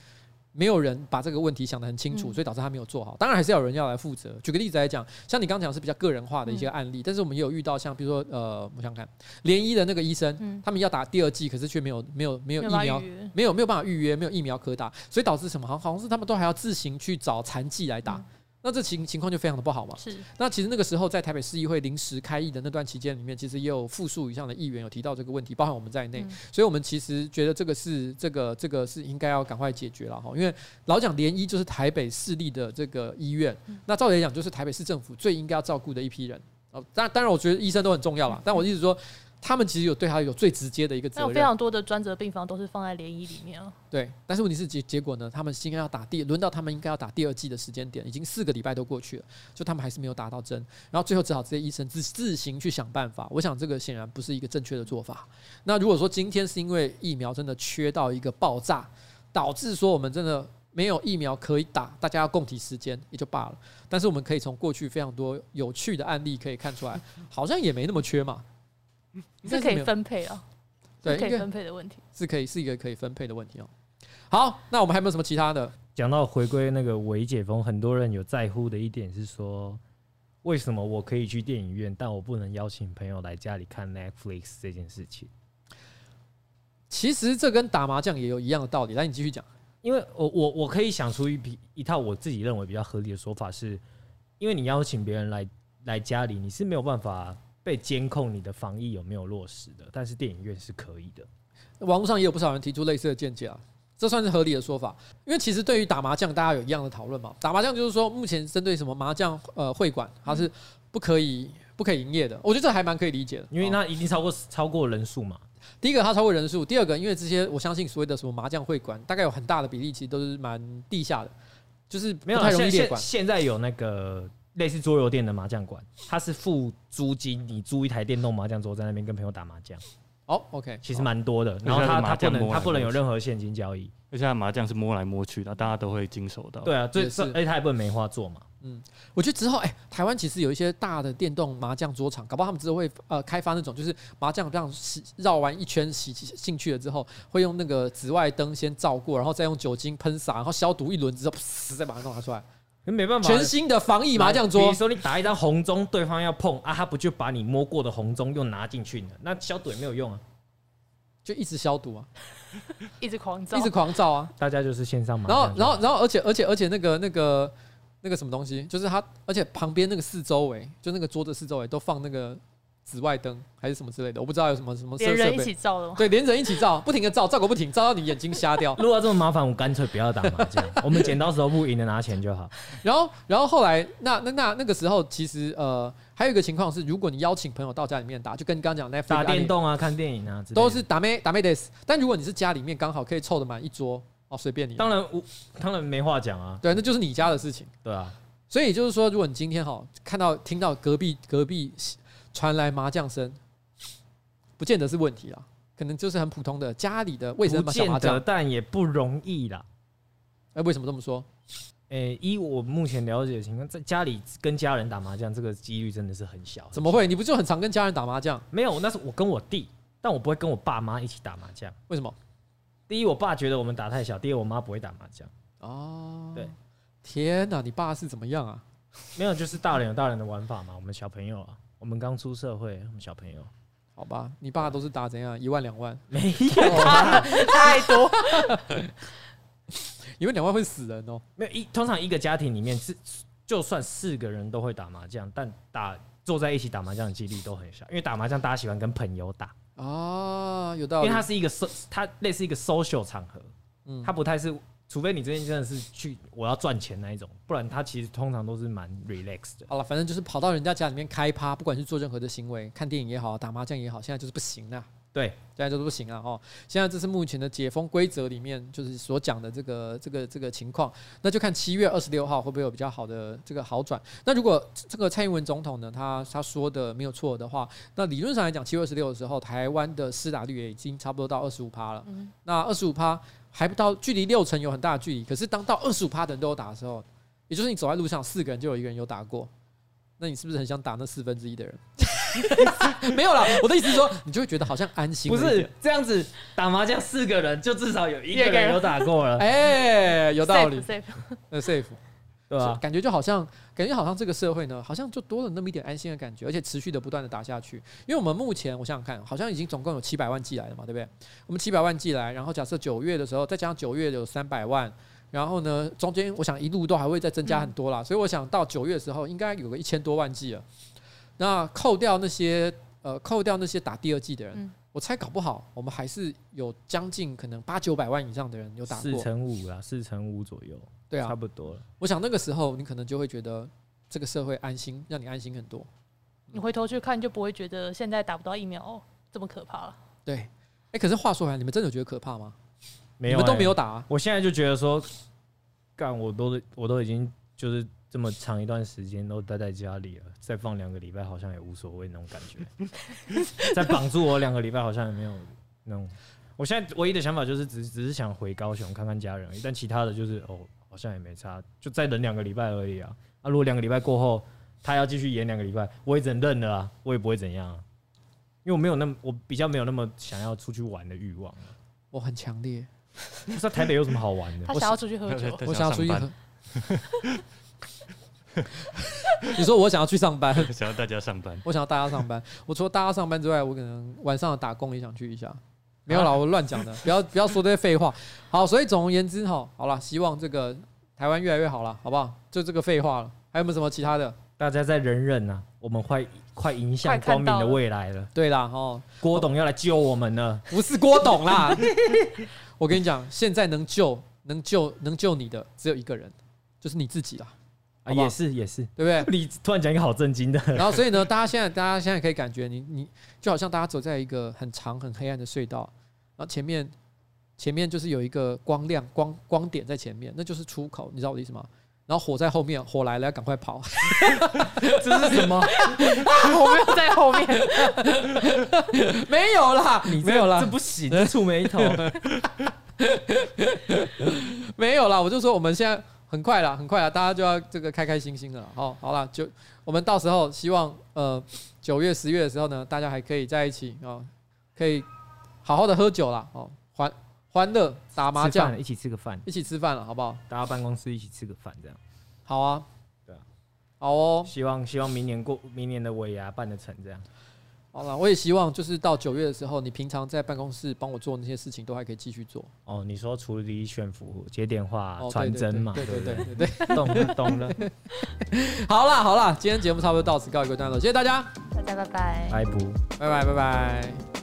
A: 没有人把这个问题想得很清楚，
C: 嗯
A: 所以导致他没有做好。当然还是要有人要来负责。举个例子来讲，像你刚讲是比较个人化的一些案例，但是我们也有遇到像比如说呃，我想想看联医的那个医生，
C: 嗯，
A: 他们要打第二剂，可是却没有没有没有
C: 没有
A: 疫
C: 办
A: 苗
C: 法预约
A: 没有没有办法预约，没有疫苗可打，所以导致什么？好像好像是他们都还要自行去找残疾来打，
C: 嗯
A: 那这情情况就非常的不好嘛。
C: 是
A: 那其实那个时候在台北市议会临时开议的那段期间里面，其实也有复数以上的议员有提到这个问题，包含我们在内。
C: 嗯
A: 所以我们其实觉得这个是这个这个是应该要赶快解决了哈，因为老蒋联医就是台北市立的这个医院，
C: 嗯
A: 那照理来讲就是台北市政府最应该要照顾的一批人哦。当当然，我觉得医生都很重要啦，但我一直说。他们其实有对他有最直接的一个
C: 嗯那
A: 责
C: 有
A: 任，啊
C: 非常多的专责病房都是放在联谊里面啊。
A: 对，但是问题是结结果呢？他们是应该要打第，轮到他们应该要打第二季的时间点，已经四个礼拜都过去了，就他们还是没有打到针，然后最后只好这些医生自自行去想办法。我想这个显然不是一个正确的做法。那如果说今天是因为疫苗真的缺到一个爆炸，导致说我们真的没有疫苗可以打，大家要共体时间也就罢了。但是我们可以从过去非常多有趣的案例可以看出来，好像也没那么缺 嘛。
C: 是可以分配啊，
A: 对，
C: 是可
A: 应
C: 以
A: 该
C: 分配的问题。
A: 是可以是一个可以分配的问题哦。好，那我们还有没有什么其他的？
B: 讲到回归那个伪解封，很多人有在乎的一点是说，为什么我可以去电影院，但我不能邀请朋友来家里看 Netflix 这件事情？
A: 其实这跟打麻将也有一样的道理，来你继续讲。
B: 因为我我我可以想出一批一套我自己认为比较合理的说法是，因为你邀请别人来来家里，你是没有办法被监控你的防疫有没有落实的，但是电影院是可以的。
A: 网络上也有不少人提出类似的见解啊，这算是合理的说法。因为其实对于打麻将，大家有一样的讨论嘛。打麻将就是说，目前针对什么麻将呃会馆，它是不可以不可以营业的。我觉得这还蛮可以理解的，
B: 因为
A: 哦、
B: 那一定超过超过人数嘛，
A: 第一个它超过人数，第二个因为这些我相信所谓的什么麻将会馆，大概有很大的比例其实都是蛮地下的，就是不
B: 没有啦
A: 太容易
B: 现
A: 列
B: 现
A: 管。
B: 现在有那个类似桌游店的麻将馆，它是付租金，你租一台电动麻将桌在那边跟朋友打麻将，
A: 好，OK，哦
B: 其实
A: 好
B: 蛮多的。
D: 是
B: 然后它它
D: 它是麻
B: 不
D: 将
B: 能
D: 摸
B: 它
D: 来
B: 不能
D: 摸
B: 有
D: 去
B: 任何现金交易，
A: 哦
D: 而且它麻将是摸来摸去的，大家都会经手到。
B: 对啊，这
A: 也
B: 这
A: 是
B: 而且它也不能梅花座嘛。
A: 我觉得之后，哎、台湾其实有一些大的电动麻将桌场，搞不好他们之后会呃开发那种，就是麻将这样洗绕完一圈洗进去了之后，会用那个紫外灯先照过，然后再用酒精喷洒，然后消毒一轮之后，噗再把它拿出来，
B: 没办法，啊
A: 全新的防疫麻将
B: 比
A: 桌
B: 如。说你打一张红中，对方要碰啊，他不就把你摸过的红中又拿进去呢？那消毒也没有用啊。
A: 就一直消毒啊，
C: 一直狂躁
A: 一，直狂照啊，
B: 大家就是线上麻
A: 然后
B: 将，
A: 然后然后，而且而且而且那个那个那个什么东西，就是它，而且旁边那个四周围，就那个桌子四周围都放那个紫外灯还是什么之类的，我不知道有什么什么设
C: 连
A: 设
C: 人一起
A: 备，
C: 造的吗？
A: 对，连人一起照，不停的照，照个不停，照到你眼睛瞎掉。
B: 如果要这么麻烦，我干脆不要打麻将，我们剪刀石头布赢的拿 钱就好。
A: 然后，然后后来，那那那那个时候，其实呃，还有一个情况是，如果你邀请朋友到家里面打，就跟你刚刚讲那
B: 打电动啊，看电影啊，之类的
A: 都是。打妹打妹 days。但如果你是家里面刚好可以凑得满一桌，哦，随便你。
B: 当然我当然没话讲啊，
A: 对，那就是你家的事情。
B: 对啊，
A: 所以就是说，如果你今天哈看到听到隔壁隔壁传来麻将声，不见得是问题啊，可能就是很普通的家里的为什
B: 不
A: 么小麻
B: 见得，
A: 将？
B: 但也不容易啦。
A: 哎，为什么这么说？
B: 诶、依我目前了解的情况，在家里跟家人打麻将，这个几率真的是很小。
A: 怎么会？你不就很常跟家人打麻将？
B: 没有？那是我跟我弟，但我不会跟我爸妈一起打麻将。
A: 为什么？
B: 第一，我爸觉得我们打太小；第二，我妈不会打麻将。
A: 哦，
B: 对，
A: 天哪，你爸是怎么样啊？
B: 没有，就是大人有大人的玩法嘛。我们小朋友啊，我们刚出社会，我们小朋 友
A: 好吧，你爸都是打怎样一万两万？
B: 没有
C: 太多，
A: 一万两万会死人哦。
B: 没有一通常一个家庭里面是就算四个人都会打麻将，但打坐在一起打麻将的几率都很小，因为打麻将大家喜欢跟朋友打，
A: 啊，有道
B: 因为
A: 理。
B: 它是一个 so，它类似一个 social 场合，
A: 嗯
B: 它不太是，除非你真的真的是去我要赚钱那一种，不然它其实通常都是蛮 relax 的。
A: 好了，反正就是跑到人家家里面开趴，不管是做任何的行为，看电影也好，打麻将也好，现在就是不行啊。
B: 对，
A: 现在就是不行啊！哦，现在这是目前的解封规则里面就是所讲的这个这个这个情况，那就看七月二十六号会不会有比较好的这个好转。那如果这个蔡英文总统呢，他他说的没有错的话，那理论上来讲，七月二十六的时候，台湾的施打率也已经差不多到二十五趴了。
C: 嗯
A: 那二十五趴还不到，距离六成有很大的距离。可是当到二十五趴的人都有打的时候，也就是你走在路上，四个人就有一个人有打过。那你是不是很想打那四分之一的人？没有啦，我的意思是说，你就会觉得好像安心了
B: 不
A: 一点。
B: 是这样子，打麻将四个人就至少有 一个
C: 一个
B: 人
C: 人
B: 有打过了，
A: 哎、有道理
C: Safe,，safe
A: 呃，safe，
B: 对吧、
A: 感觉就好像，感觉好像这个社会呢，好像就多了那么一点安心的感觉，而且持续的不断的打下去。因为我们目前，我想想看，好像已经总共有七百万寄来了嘛，对不对？我们七百万寄来，然后假设九月的时候，再加上九月有三百万，然后呢，中间我想一路都还会再增加很多啦，
B: 嗯
A: 所以我想到九月的时候，应该有个一千多万寄了。那扣掉那些呃，扣掉那些打第二季的人，
C: 嗯
A: 我猜搞不好我们还是有将近可能八九百万以上的人有打
B: 四
A: 过，
B: 乘五啦，四乘五左右，
A: 对啊
B: 差，不多了。
A: 我想那个时候你可能就会觉得这个社会安心，让你安心很多。
C: 你回头去看就不会觉得现在打不到疫苗、哦、这么可怕了。
A: 对，哎、可是话说回来，你们真的有觉得可怕吗？
B: 没有、
A: 你们都
B: 哎
A: 没有打、啊，
B: 我现在就觉得说，干我都我都已经就是这么长一段时间都待在家里了，再放两个礼拜好像也无所谓那种感觉。 再绑住我两个礼拜好像也没有那种。我现在唯一的想法就是只只是想回高雄看看家人而已，但其他的就是哦，好像也没差，就再忍两个礼拜而已啊。啊，如果两个礼拜过后他要继续演两个礼拜，我也只能认了啊，我也不会怎样、啊，因为我没有那么我比较没有那么想要出去玩的欲望、啊。
A: 我很强烈，
B: 不知道台北有什么好玩的
C: 他？想要出去喝 酒，
D: 对
A: 我想
D: 想
A: 要出去
D: 上班
A: 喝。 你说我想要去上班，
D: 想要大家上班。
A: 我想要大家上班。我除了大家上班之外，我可能晚上的打工也想去一下。没
B: 啊
A: 有啦，我乱 讲的，不要不要说这些废话。好，所以总而言之哈，好了，希望这个台湾越来越好了，好不好？就这个废话了，还有没有什么其他的？
B: 大家再忍忍啊，我们快快迎向光明的未来了。
A: 对啦，哦，
B: 郭董要来救我们了，
A: 不是郭董啦。 我跟你讲，现在能救、能救、能救你的只有一个人，就是你自己啦，
B: 啊，
A: 好不好
B: 也是也是。
A: 对不对？
B: 你突然讲一个好 震惊的，
A: 然后所以呢，大家现在大家现在可以感觉你，你就好像大家走在一个很长很黑暗的隧道，然后前面前面就是有一个光亮光光点在前面，那就是出口，你知道我的意思吗？然后火在后面，火来了要赶快跑，
B: 这是什么？
C: 我没有在后 面。
A: 没有啦，
B: 你这
A: 没有啦
B: 这，不行， 这触眉头。
A: 没有啦，我就说我们现在很快啦，很快啦，大家就要这个开开心心的了。好，好啦，就我们到时候希望呃九月、十月的时候呢，大家还可以在一起哦，可以好好的喝酒啦，哦，欢欢乐打 麻
B: 吃
A: 将
B: 饭，一起吃个饭，
A: 一起吃饭了，好不好？
B: 大家办公室一起吃个饭，这样。
A: 好啊，
B: 对啊，
A: 好哦，
B: 希望希望明年过明年的尾牙办得成这样。
A: 好啊了，我也希望就是到九月的时候，你平常在办公室帮我做那些事情，都还可以继续做。
B: 哦，你说处理选服、接电话
A: 哦、对
B: 啊传真嘛？
A: 对对
B: 不
A: 对对对。对
B: 懂了懂了，
A: 好啦好啦，今天节目差不多到此告一个段落，谢谢大家，
C: 大家拜拜。
B: 拜不。
A: 拜拜拜拜。